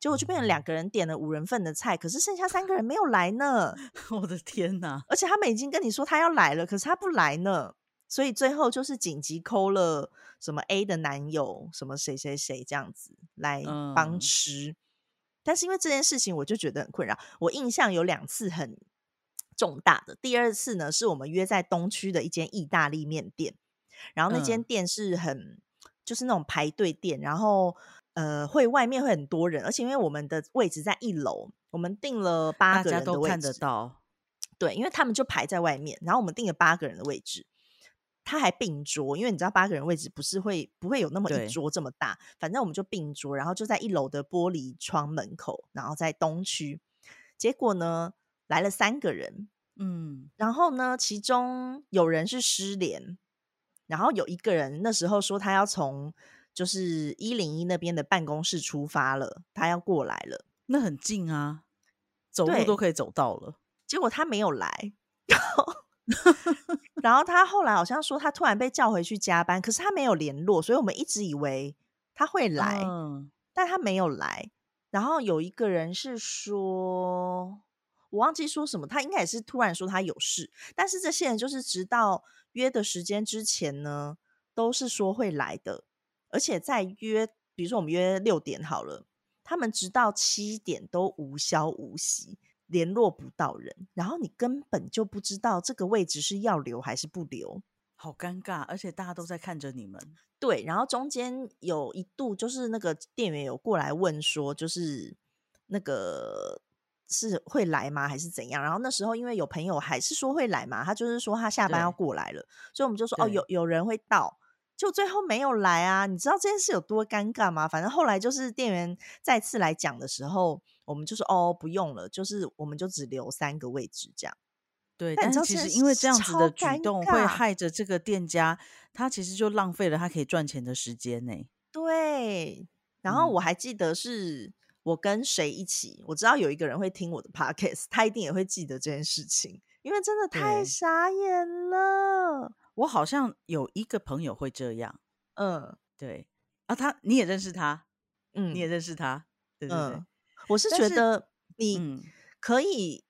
S2: 结果就变成两个人点了五人份的菜，可是剩下三个人没有来呢，
S1: 我的天哪！
S2: 而且他们已经跟你说他要来了，可是他不来呢。所以最后就是紧急扣了什么 A 的男友，什么谁谁谁这样子来帮
S1: 嗯
S2: 吃。但是因为这件事情，我就觉得很困扰。我印象有两次很重大的，第二次呢是我们约在东区的一间意大利面店，然后那间
S1: 嗯
S2: 店是很就是那种排队店，然后呃会外面会很多人，而且因为我们的位置在一楼，我们订了八
S1: 大
S2: 个
S1: 家
S2: 人的
S1: 都
S2: 位
S1: 看得
S2: 置，
S1: 到，
S2: 对，因为他们就排在外面，然后我们定了八个人的位置，他还并桌，因为你知道八个人位置不是会不会有那么一
S1: 对
S2: 桌这么大，反正我们就并桌，然后就在一楼的玻璃窗门口，然后在东区，结果呢来了三个人，
S1: 嗯，
S2: 然后呢其中有人是失联，然后有一个人那时候说他要从就是一零一那边的办公室出发了，他要过来了。
S1: 那很近啊，走路都
S2: 对
S1: 可以走到了。
S2: 结果他没有来，然后然后他后来好像说他突然被叫回去加班，可是他没有联络，所以我们一直以为他会来，
S1: 嗯，
S2: 但他没有来。然后有一个人是说，我忘记说什么，他应该也是突然说他有事，但是这些人就是直到约的时间之前呢，都是说会来的，而且在约，比如说我们约六点好了，他们直到七点都无消无息，联络不到人，然后你根本就不知道这个位置是要留还是不留。
S1: 好尴尬，而且大家都在看着你们。
S2: 对，然后中间有一度就是那个店员有过来问说，就是那个是会来吗，还是怎样？然后那时候因为有朋友还是说会来嘛，他就是说他下班要
S1: 对
S2: 过来了，所以我们就说哦，有
S1: 对
S2: 有人会到。就最后没有来啊！你知道这件事有多尴尬吗？反正后来就是店员再次来讲的时候，我们就说哦不用了，就是我们就只留三个位置这样。
S1: 对，
S2: 但
S1: 但是
S2: 你知道
S1: 其
S2: 这
S1: 实
S2: 件
S1: 因为
S2: 事
S1: 这样子的
S2: 超
S1: 举
S2: 尴
S1: 动会
S2: 尬
S1: 害着这个店家，他其实就浪费了他可以赚钱的时间呢、
S2: 对，然后
S1: 嗯
S2: 我还记得是我跟谁一起，我知道有一个人会听我的 podcast，他一定也会记得这件事情，因为真的太
S1: 对
S2: 傻眼了。
S1: 我好像有一个朋友会这样，
S2: 嗯
S1: 对啊他，你也认识他，你也
S2: 嗯
S1: 认识他，对对对
S2: 嗯，，我是
S1: 但
S2: 觉
S1: 是
S2: 得你
S1: 嗯，
S2: 可以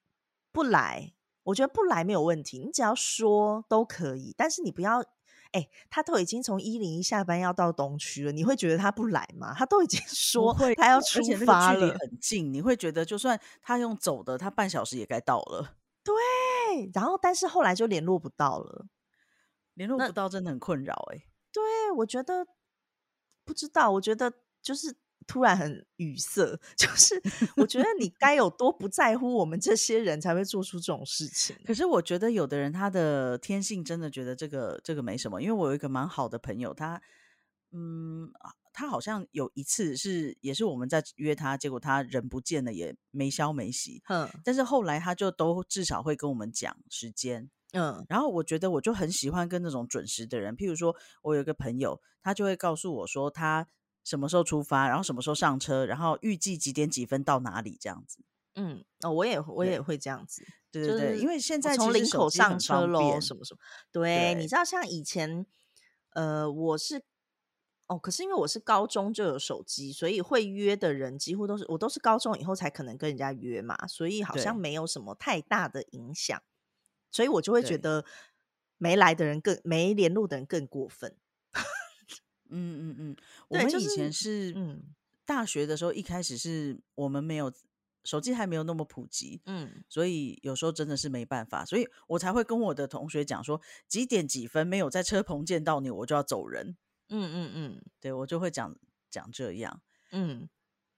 S2: 不来，我觉得不来没有问题，你只要说都可以，但是你不要哎、他都已经从一零一下班要到东区了，你会觉得他不来吗？他都已经 说
S1: 不会
S2: 他要
S1: 而
S2: 出
S1: 且那个
S2: 发
S1: 距离
S2: 了，
S1: 很近，你会觉得就算他用走的，他半小时也该到了，
S2: 对，然后但是后来就联络不到了。
S1: 联络
S2: 那
S1: 不到真的很困扰哎、
S2: 对，我觉得不知道，我觉得就是突然很语塞， 就是我觉得 你该有多不在乎我们这些人才会做出这种事 情。
S1: 可是我觉得有的人他的天性真的觉得这个这个没什么，因为我有一个蛮好的朋友，他嗯，啊他好像有一次是也是我们在约他，结果他人不见了，也没消没息。
S2: 嗯
S1: 但是后来他就都至少会跟我们讲时间，
S2: 嗯
S1: 然后我觉得我就很喜欢跟那种准时的人，譬如说我有一个朋友，他就会告诉我说他什么时候出发，然后什么时候上车，然后预计几点几分到哪里这样子。
S2: 嗯，哦，我也我
S1: 对
S2: 也会这样子。
S1: 对
S2: 就
S1: 对对，
S2: 是
S1: 因为现
S2: 我
S1: 在
S2: 从
S1: 其实
S2: 林
S1: 手
S2: 口
S1: 机
S2: 上
S1: 很
S2: 车
S1: 方
S2: 喽，
S1: 便
S2: 什么什么，
S1: 对
S2: 对，你知道像以前，呃，我是哦，可是因为我是高中就有手机，所以会约的人几乎都是我都是高中以后才可能跟人家约嘛，所以好像
S1: 对
S2: 没有什么太大的影响，所以我就会觉
S1: 对
S2: 得没来的人更没联络的人更过分，
S1: 嗯嗯嗯，我
S2: 对
S1: 们
S2: 就
S1: 以前
S2: 是
S1: 是
S2: 嗯
S1: 大学的时候，一开始是我们没有手机还没有那么普及，
S2: 嗯，
S1: 所以有时候真的是没办法，所以我才会跟我的同学讲说几点几分没有在车棚见到你，我就要走人。
S2: 嗯嗯嗯
S1: 对我就会讲讲这样。
S2: 嗯，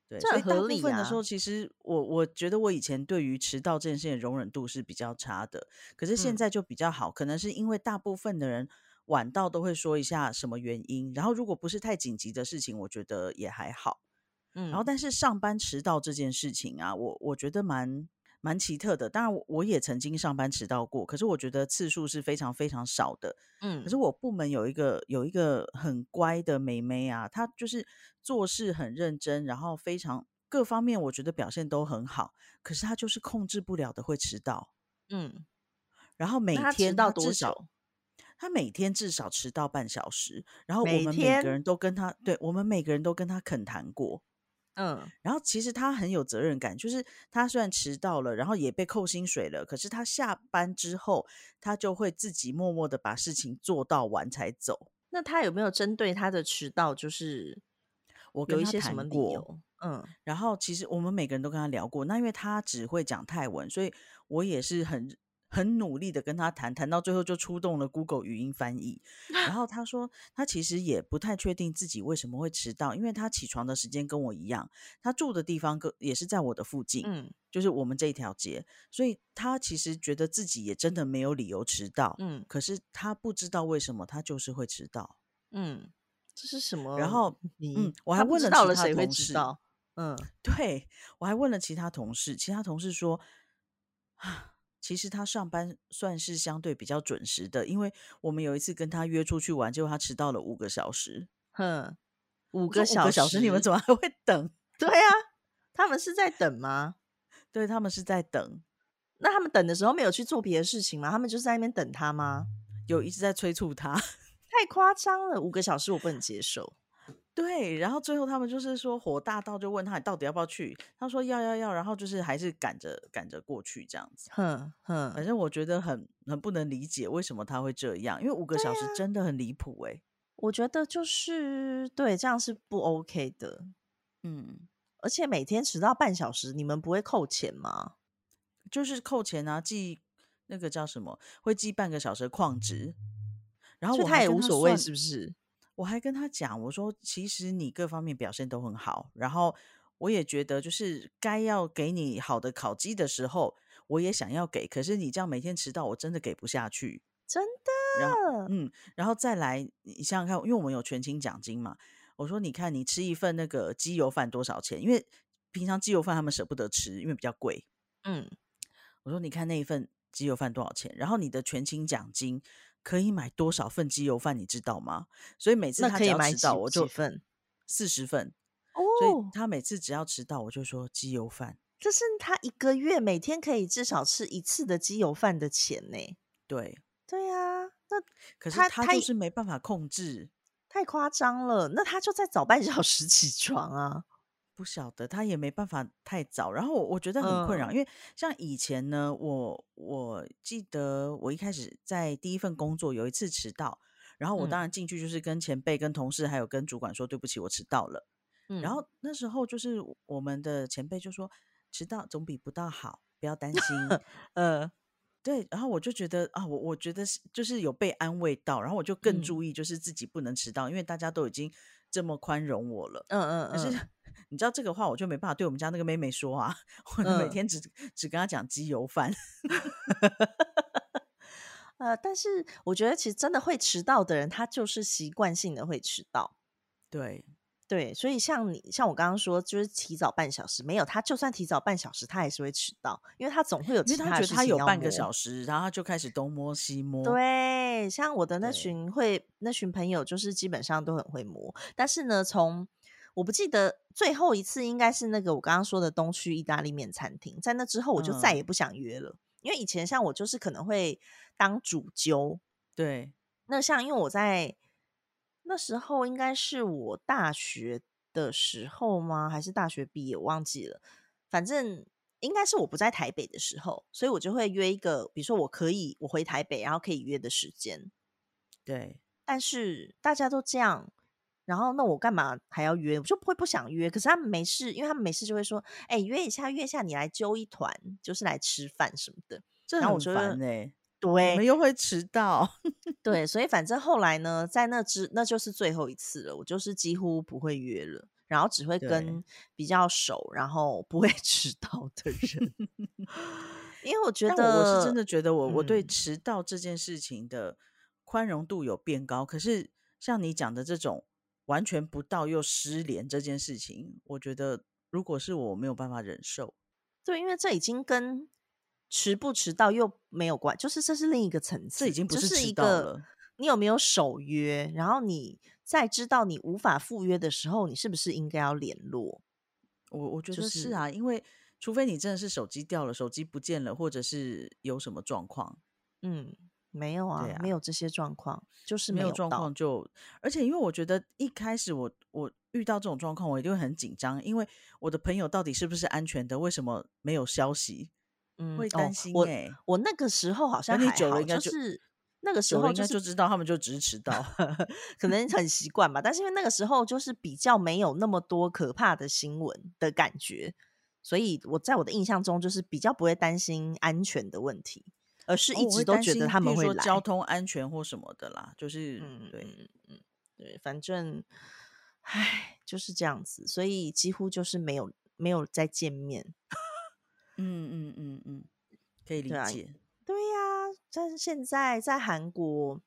S1: 对，
S2: 这
S1: 所以
S2: 很合
S1: 大部
S2: 理
S1: 分的时
S2: 啊
S1: 候，其实我我觉得我以前对于迟到这件事情的容忍度是比较差的，可是现
S2: 嗯
S1: 在就比较好，可能是因为大部分的人晚到都会说一下什么原因，然后如果不是太紧急的事情，我觉得也还好。
S2: 嗯，
S1: 然后，但是上班迟到这件事情啊，我我觉得蛮蛮奇特的。当然我，我也曾经上班迟到过，可是我觉得次数是非常非常少的。
S2: 嗯
S1: 可是我部门有一个有一个很乖的妹妹啊，她就是做事很认真，然后非常各方面我觉得表现都很好，可是她就是控制不了的会迟到，
S2: 嗯，
S1: 然后每
S2: 那他迟
S1: 天
S2: 到
S1: 她
S2: 多
S1: 至
S2: 久
S1: 少。她每天至少迟到半小时，然后我
S2: 每
S1: 们每个
S2: 天
S1: 人都跟她，对我们每个人都跟她恳谈过，
S2: 嗯
S1: 然后其实他很有责任感，就是他虽然迟到了，然后也被扣薪水了，可是他下班之后，他就会自己默默的把事情做到完才走。
S2: 那他有没有针对他的迟到，就是
S1: 我
S2: 有
S1: 跟
S2: 一
S1: 他
S2: 些什
S1: 谈
S2: 么理
S1: 过，
S2: 由？嗯
S1: 然后其实我们每个人都跟他聊过，那因为他只会讲泰文，所以我也是很很努力的跟他谈，谈到最后就出动了 Google 语音翻译。然后他说，他其实也不太确定自己为什么会迟到，因为他起床的时间跟我一样，他住的地方跟也是在我的附近，
S2: 嗯
S1: 就是我们这一条街，所以他其实觉得自己也真的没有理由迟到，
S2: 嗯
S1: 可是他不知道为什么他就是会迟到。
S2: 嗯，这是什么？
S1: 然后，
S2: 你
S1: 嗯，我还
S2: 他不
S1: 问
S2: 知
S1: 了
S2: 道
S1: 其
S2: 了，
S1: 他
S2: 谁会
S1: 同
S2: 知
S1: 事，
S2: 道？嗯
S1: 对我还问了其他同事，其他同事说，啊，其实他上班算是相对比较准时的，因为我们有一次跟他约出去玩，结果他迟到了五个小时。
S2: 哼，五
S1: 我说
S2: 个
S1: 五
S2: 小
S1: 个小时，你们怎么还会等？
S2: 对啊，他们是在等吗？
S1: 对他们是在等，
S2: 那他们等的时候没有去做别的事情吗？他们就是在那边等他吗？
S1: 有一直在催促他。
S2: 太夸张了，五个小时我不能接受。
S1: 对，然后最后他们就是说火大到就问他你到底要不要去，他说要要要，然后就是还是赶着赶着过去这样子。
S2: 哼
S1: 反
S2: 哼，
S1: 正我觉得很很不能理解为什么他会这样，因为五个小时真的很离谱哎、
S2: 我觉得就是对，这样是不 OK 的。
S1: 嗯，
S2: 而且每天迟到半小时，你们不会扣钱吗？
S1: 就是扣钱啊，记那个叫什么，会记半个小时的旷职。然后
S2: 所以
S1: 我
S2: 他
S1: 还
S2: 也
S1: 跟
S2: 无
S1: 他
S2: 所谓，
S1: 算，
S2: 是不是？
S1: 我还跟他讲，我说其实你各方面表现都很好，然后我也觉得就是该要给你好的考绩的时候，我也想要给，可是你这样每天迟到，我真的给不下去。
S2: 真
S1: 然后，
S2: 的，
S1: 嗯，然后再来，你想想看，因为我们有全勤奖金嘛，我说你看你吃一份那个鸡油饭多少钱？因为平常鸡油饭他们舍不得吃，因为比较贵。
S2: 嗯，
S1: 我说你看那一份鸡油饭多少钱，然后你的全勤奖金可以买多少份鸡油饭，你知道吗？所以每次
S2: 那
S1: 他
S2: 可
S1: 只
S2: 以
S1: 要
S2: 买
S1: 迟
S2: 几
S1: 到，我
S2: 几
S1: 就
S2: 份？
S1: 四十份，所以
S2: 哦，
S1: 他每次只要迟到，我就说鸡油饭。
S2: 这是他一个月每天可以至少吃一次的鸡油饭的钱呢。
S1: 对，
S2: 对啊，那
S1: 可是
S2: 他
S1: 他
S2: 他
S1: 就
S2: 一
S1: 是没办法控制，
S2: 太夸张了，那他就在早半 小时起床啊。
S1: 不晓得，他也没办法太早。然后我我觉得很困扰，
S2: 嗯
S1: 因为像以前呢，我我记得我一开始在第一份工作有一次迟到，然后我
S2: 嗯
S1: 当然进去就是跟前辈、跟同事还有跟主管说对不起，我迟到了。
S2: 嗯
S1: 然后那时候就是我们的前辈就说，迟到总比不到好，不要 担心。
S2: 呃，
S1: 对，然后我就觉得啊，我我觉得是就是有被安慰到，然后我就更
S2: 嗯
S1: 注意，就是自己不能迟到，因为大家都已经这么宽容我了。
S2: 嗯嗯
S1: 可是
S2: 嗯，
S1: 你知道这个话，我就没办法对我们家那个妹妹说啊， 我就每
S2: 嗯
S1: 天只只跟她讲鸡油饭。
S2: 呃，但是我觉得其实真的会迟到的人，他就是习惯性的会迟到。
S1: 对，
S2: 对，所以像你像我刚刚说，就是提早半小时，没有他就算提早半小时，他还是会迟到，因为他总会有
S1: 因
S2: 其
S1: 为她
S2: 他
S1: 觉
S2: 的
S1: 得
S2: 事
S1: 她
S2: 情
S1: 有
S2: 要
S1: 半个
S2: 磨
S1: 小时，然后她就开始东摸西摸。
S2: 对，像我的那
S1: 对
S2: 群会那群朋友，就是基本上都很会磨，但是呢，从我不记得最后一次应该是那个我刚刚说的东区意大利面餐厅，在那之后我就再
S1: 嗯
S2: 也不想约了，因为以前像我就是可能会当主揪，
S1: 对，
S2: 那像因为我在那时候应该是我大学的时候吗？还是大学毕业？我忘记了。反正应该是我不在台北的时候，所以我就会约一个，比如说我可以我回台北，然后可以约的时间。
S1: 对，
S2: 但是大家都这样，然后那我干嘛还要约？我就不会不想约。可是他们没事，因为他们没事就会说：“哎、约一下，约一下，你来揪一团，就是来吃饭什么的。
S1: 这
S2: 然后我
S1: 很
S2: 觉
S1: 烦
S2: 得
S1: 哎、
S2: 对，
S1: 我们又会迟到。
S2: 对，所以反正后来呢，在那之那就是最后一次了，我就是几乎不会约了，然后只会
S1: 对
S2: 跟比较熟，然后不会 迟到的 人，因为我觉
S1: 但
S2: 得
S1: 我我是真的觉得我我对
S2: 嗯
S1: 迟到这件事情的宽容度有变高，可是像你讲的这种完全不到又失联这件事情，我觉得如果是我，我没有办法忍受。
S2: 对，因为这已经跟迟不迟到又没有关，就是这是另一个层次，
S1: 这已经不
S2: 就是
S1: 迟
S2: 一
S1: 到
S2: 个
S1: 了
S2: 你有没有守约，然后你在知道你无法赴约的时候，你是不是应该要联络？
S1: 我我觉
S2: 就
S1: 得是啊，因为除非你真的是手机掉了、手机不见了，或者是有什么状况，
S2: 嗯，没有啊，
S1: 对啊
S2: 没有这些状况，就是
S1: 没有
S2: 有
S1: 状
S2: 到
S1: 况就，而且因为我觉得一开始我我遇到这种状况，我一定会很紧张，因为我的朋友到底是不是安全的，为什么没有消息？
S2: 嗯，
S1: 会
S2: 哦
S1: 担心
S2: 我
S1: 欸
S2: 我那个时候好像
S1: 你
S2: 还
S1: 久了
S2: 好，
S1: 应该就
S2: 就
S1: 是
S2: 那个时
S1: 久了
S2: 候
S1: 应该
S2: 是
S1: 就知道他们就只是迟 到。
S2: 可能很习惯吧，但是因为那个时候就是比较没有那么多可怕的新闻的感觉，所以我在我的印象中就是比较不会担心安全的问题，而是
S1: 哦
S2: 一
S1: 我会
S2: 直都
S1: 担
S2: 觉
S1: 心
S2: 得他
S1: 譬
S2: 们
S1: 如
S2: 会
S1: 说
S2: 来。
S1: 交通安全或什么的啦，就是
S2: 嗯
S1: 对，
S2: 嗯嗯，对，反正，唉，就是这样子，所以几乎就是没有没有再见面。
S1: 嗯嗯嗯嗯，可以理
S2: 对啊
S1: 解。
S2: 对呀、但是现在在韩国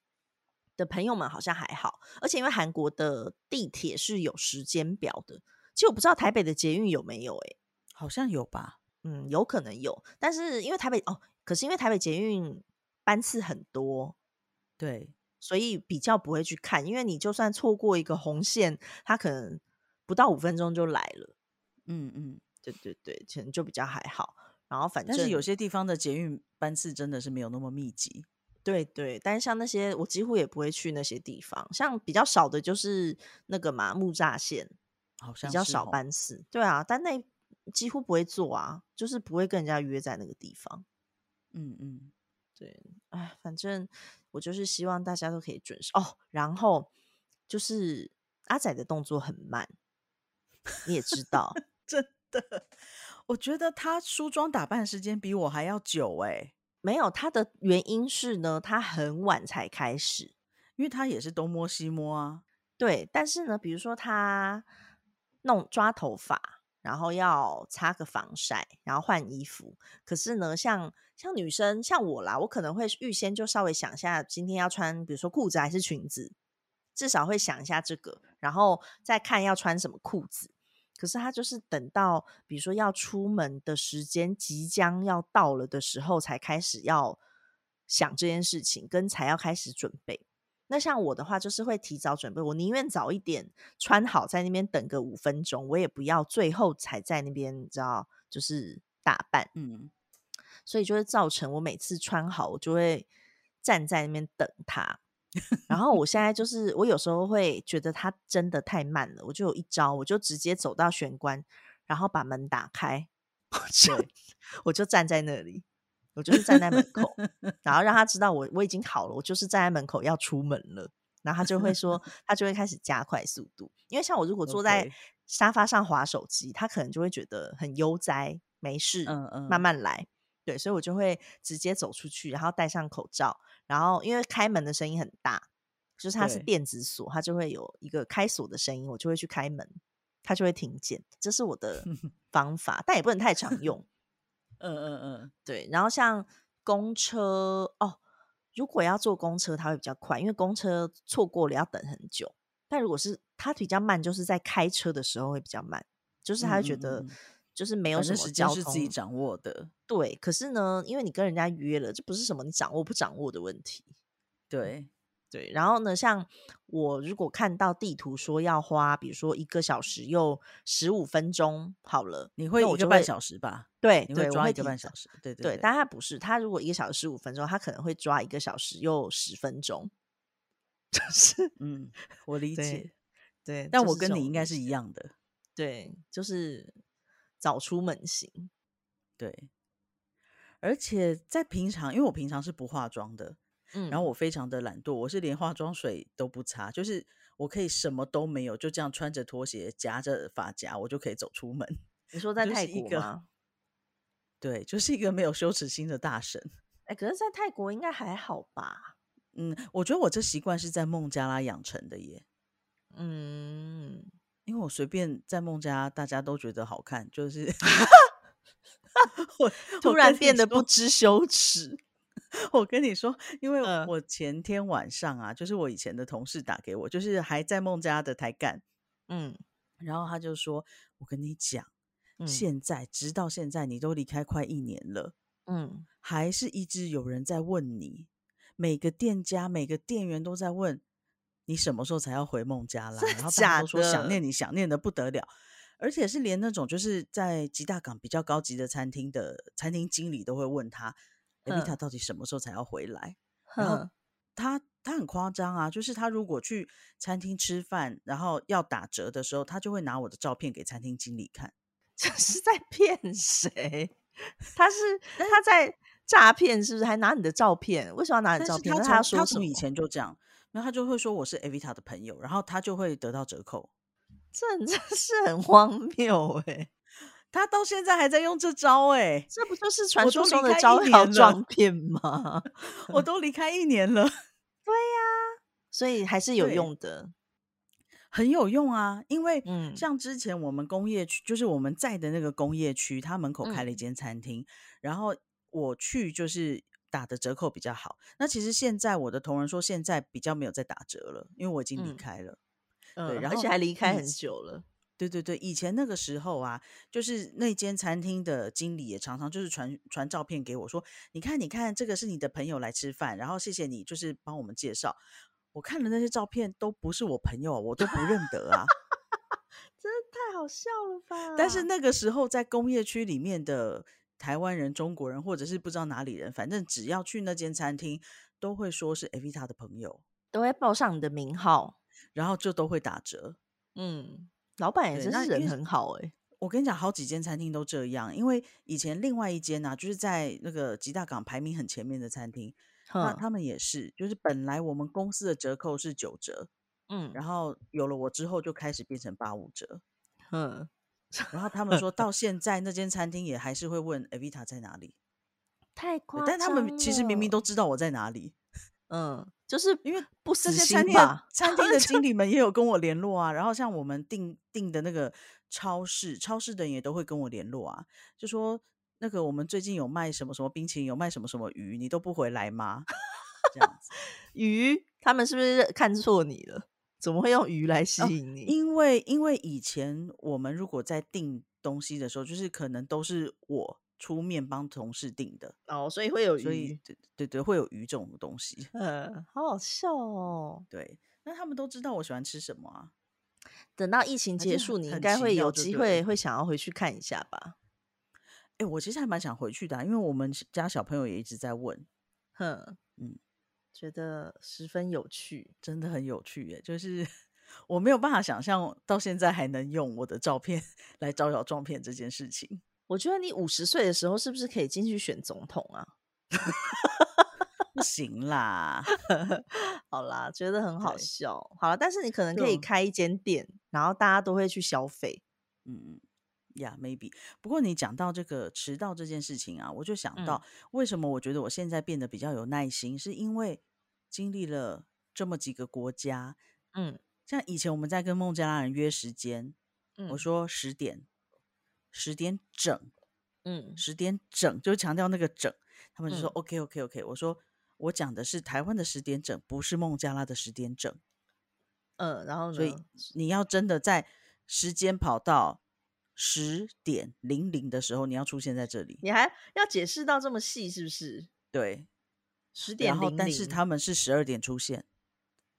S2: 的朋友们好像还好，而且因为韩国的地铁是有时间表的，其实我不知道台北的捷运有没有、欸，
S1: 好像有吧？
S2: 嗯，有可能有，但是因为台北哦，可是因为台北捷运班次很多，
S1: 对，
S2: 所以比较不会去看，因为你就算错过一个红线，它可能不到五分钟就来了，
S1: 嗯嗯。
S2: 对对对，可能就比较还好。然后反正
S1: 但是有些地方的捷运班次真的是没有那么密集。
S2: 对对，但是像那些我几乎也不会去那些地方，像比较少的就是那个嘛木栅线，
S1: 好
S2: 比
S1: 像
S2: 较
S1: 是
S2: 少
S1: 吼
S2: 班次。对啊，但那几乎不会坐啊，就是不会跟人家约在那个地方。
S1: 嗯嗯，
S2: 对，哎，反正我就是希望大家都可以准时哦。然后就是阿仔的动作很慢，你也知 道，
S1: 真的，我觉得他梳妆打扮时间比我还要久哎、
S2: 没有他的原因是呢，他很晚才开始。
S1: 因为他也是东摸西摸啊。
S2: 对，但是呢，比如说他弄抓头发，然后要擦个防晒，然后换衣服。可是呢，像像女生像我啦，我可能会预先就稍微想一下今天要穿，比如说裤子还是裙子，至少会想一下这个，然后再看要穿什么裤子。可是他就是等到，比如说要出门的时间即将要到了的时候，才开始要想这件事情，跟才要开始准备。那像我的话，就是会提早准备，我宁愿早一点穿好，在那边等个五分钟，我也不要最后才在那边，你知道，就是打扮，
S1: 嗯，
S2: 所以就会造成我每次穿好，我就会站在那边等他。然后我现在就是，我有时候会觉得他真的太慢了，我就有一招，我就直接走到玄关，然后把门打开，我就
S1: 对
S2: 我就站在那里，我就是站在门口，然后让他知道我我已经好了，我就是站在门口要出门了。然后他就 会说，他就会开始加快速度，因为像我如果坐在
S1: OK
S2: 沙发上划手机，他可能就会觉得很悠哉，没事，
S1: 嗯嗯，
S2: 慢慢来。对，所以我就会直接走出去，然后戴上口罩，然后因为开门的声音很大，就是它是
S1: 对
S2: 电子锁，它就会有一个开锁的声音，我就会去开门，它就会听见。这是 我的方法，但也不能太常用。
S1: 嗯嗯
S2: 对，然后像公车哦，如果要坐公车，它会比较快，因为公车错过了要等很久。但如果是它比较慢，就是在开车的时候会比较慢，就是他会觉
S1: 嗯嗯
S2: 得
S1: 嗯
S2: 就是没
S1: 嗯，
S2: 有
S1: 反
S2: 什
S1: 正
S2: 么
S1: 时间
S2: 交
S1: 是自己
S2: 通
S1: 掌握的，
S2: 对，可是呢，因为你跟人家约了，这不是什么你掌握不掌握的问题。
S1: 对，
S2: 对，然后呢，像我如果看到地图说要花，比如说一个小时又十五分钟，好了，
S1: 你会
S2: 那我
S1: 一个
S2: 就
S1: 半
S2: 会
S1: 小时吧？
S2: 对
S1: 你
S2: 对，我
S1: 抓一
S2: 会
S1: 个
S2: 提
S1: 半
S2: 早
S1: 小时，对
S2: 对
S1: 对，
S2: 但他不是，他如果一个小时十五分钟，他可能会抓一个小时又十 分钟，就是
S1: 嗯，我理
S2: 对
S1: 解，
S2: 对，
S1: 但
S2: 就
S1: 我
S2: 这
S1: 跟你
S2: 种
S1: 应该
S2: 东
S1: 是一
S2: 西
S1: 样的，
S2: 对，就是早出门型，
S1: 对。而且在平常，因为我平常是不化妆的，
S2: 嗯，
S1: 然后我非常的懒惰，我是连化妆水都不擦，就是我可以什么都没有，就这样穿着拖鞋夹着发夹，我就可以走出门。
S2: 你说在
S1: 就
S2: 泰
S1: 是一
S2: 国
S1: 个
S2: 吗？
S1: 对，就是一个没有羞耻心的大神。
S2: 哎，可是，在泰国应该还好吧？
S1: 嗯，我觉得我这习惯是在孟加拉养成的耶，
S2: 嗯，
S1: 因为我随便在孟加拉，大家都觉得好看，就是 我
S2: 突
S1: 我
S2: 然
S1: 跟你
S2: 变得不
S1: 说
S2: 知羞耻。
S1: 我跟你说，因为
S2: 嗯
S1: 我前天晚上啊，就是我以前的同事打给我，就是还在孟加拉的台干，
S2: 嗯
S1: 然后他就说：“我跟你讲，
S2: 嗯
S1: 现在直到现在，你都离开快一年了，
S2: 嗯，
S1: 还是一直有人在问你，每个店家、每个店员都在问你什么时候才要回孟加拉，
S2: 真
S1: 然后大家
S2: 假
S1: 都说想
S2: 的
S1: 念你，想念的不得了。”而且是连那种就是在吉大港比较高级的餐厅的餐厅经理都会问他，艾丽塔
S2: 嗯
S1: 到底什么时候才要回来？然后
S2: 哼，
S1: 他他很夸张啊，就是他如果去餐厅吃饭，然后要打折的时候，他就会拿我的照片给餐厅经理看。
S2: 这是在骗谁？他是他在诈骗，是不是？还拿你的照片？为什么要拿你的
S1: 但
S2: 照
S1: 是
S2: 片？
S1: 他
S2: 那
S1: 从
S2: 他要说
S1: 他
S2: 什
S1: 从以
S2: 么？
S1: 前就这样，然后他就会说我是 Avita 的朋友，然后他就会得到折扣。
S2: 这 真是很荒谬哎、
S1: 他到现在还在用这招哎、
S2: 这不就是传
S1: 我
S2: 说
S1: 都
S2: 中
S1: 离
S2: 的
S1: 开一
S2: 招
S1: 年
S2: 摇
S1: 了
S2: 撞骗吗？
S1: 我都离开一年了，
S2: 所以还是有
S1: 对
S2: 用的。
S1: 很有用啊。因为
S2: 嗯
S1: 像之前我们工业区，就是我们在的那个工业区，它门口开了一
S2: 嗯
S1: 间餐厅，然后我去就是打的折扣比较好。那其实现在我的同仁说，现在比较没有在打折了，因为我已经离
S2: 嗯
S1: 开了。
S2: 嗯，
S1: 对然
S2: 而
S1: 后
S2: 且还离开
S1: 以
S2: 很
S1: 前
S2: 久了。
S1: 对对对，以前那个时候啊，就是那间餐厅的经理也常常就是传传照片给我说，你看你看，这个是你的朋友来吃饭，然后谢谢你就是帮我们介绍。我看了那些照片都不是我朋友啊，我都不认得啊。
S2: 真的太好笑了吧！
S1: 但是那个时候在工业区里面的台湾人、中国人，或者是不知道哪里人，反正只要去那间餐厅，都会说是 Avita 的朋友，
S2: 都会报上你的名号。
S1: 然后就都会打折。
S2: 嗯，老板也
S1: 对
S2: 真
S1: 那
S2: 是
S1: 因
S2: 人
S1: 为
S2: 很好哎、
S1: 我跟你讲，好几间餐厅都这样，因为以前另外一间呢、啊就是在那个吉大港排名很前面的餐厅，那
S2: 哼，
S1: 他们也是，就是本来我们公司的折扣是九折，
S2: 嗯
S1: 然后有了我之后就开始变成八五折，
S2: 哼，
S1: 然后他 们说到现在那间餐厅也还是会问 Evita 在哪里，
S2: 太
S1: 对
S2: 夸
S1: 但他们
S2: 张哦
S1: 其实明明
S2: 了。
S1: 都知道我在哪里，
S2: 嗯，就是
S1: 因为
S2: 不
S1: 这
S2: 死
S1: 些餐
S2: 心
S1: 厅的
S2: 吧？
S1: 餐厅的经理们也有跟我联络啊，然后像我们订订的那个超市，超市的人也都会跟我联络啊，就说那个我们最近有卖什么什么冰淇淋，有卖什么什么鱼，你都不回来吗？这样 子，
S2: 鱼，他们是不是看错你了？怎么会用鱼来吸
S1: 哦
S2: 引你？
S1: 因为因为以前我们如果在订东西的时候，就是可能都是我出面帮同事订的，
S2: 哦，所以会有
S1: 所以
S2: 鱼。
S1: 对对对，会有鱼这种东西。
S2: 嗯，好好笑哦！
S1: 对，那他们都知道我喜欢吃什么啊。
S2: 等到疫情
S1: 反
S2: 结
S1: 正
S2: 束，你应
S1: 很
S2: 该
S1: 奇
S2: 会
S1: 妙
S2: 有
S1: 就
S2: 机
S1: 对了
S2: 会会想要回去看一下吧？
S1: 哎、我其实还蛮想回去的啊、因为我们是家小朋友也一直在问，
S2: 哼，
S1: 嗯，
S2: 觉得十分有趣。
S1: 真的很有趣耶、就是 我没有办法想象到现在还能用我的照片 来招摇撞骗这件事情。
S2: 我觉得你五十岁的时候是不是可以进去选总统啊？
S1: 不行啦，
S2: 好啦，觉得很好
S1: 对
S2: 笑。好了，但是你可能可以
S1: 就
S2: 开一间店，然后大家都会去消费。
S1: 嗯呀、m a y b e 不过你讲到这个迟到这件事情啊，我就想
S2: 嗯
S1: 到为什么我觉得我现在变得比较有耐心，是因为经历了这么几个国家，
S2: 嗯，
S1: 像以前我们在跟孟加拉人约时间，
S2: 嗯
S1: 我说十点，十点整，
S2: 嗯
S1: 十点整，就强调那个整，他们就说、
S2: 嗯
S1: OK OK OK，我说。我讲的是台湾的十点整，不是孟加拉的十点整。
S2: 嗯，然后
S1: 所以
S2: 呢？
S1: 你要真的在时间跑到十点零零的时候，你要出现在这里。
S2: 你还要解释到这么细，是不是？
S1: 对，
S2: 十点
S1: 然
S2: 零
S1: 后
S2: 零，
S1: 但是他们是十二点出现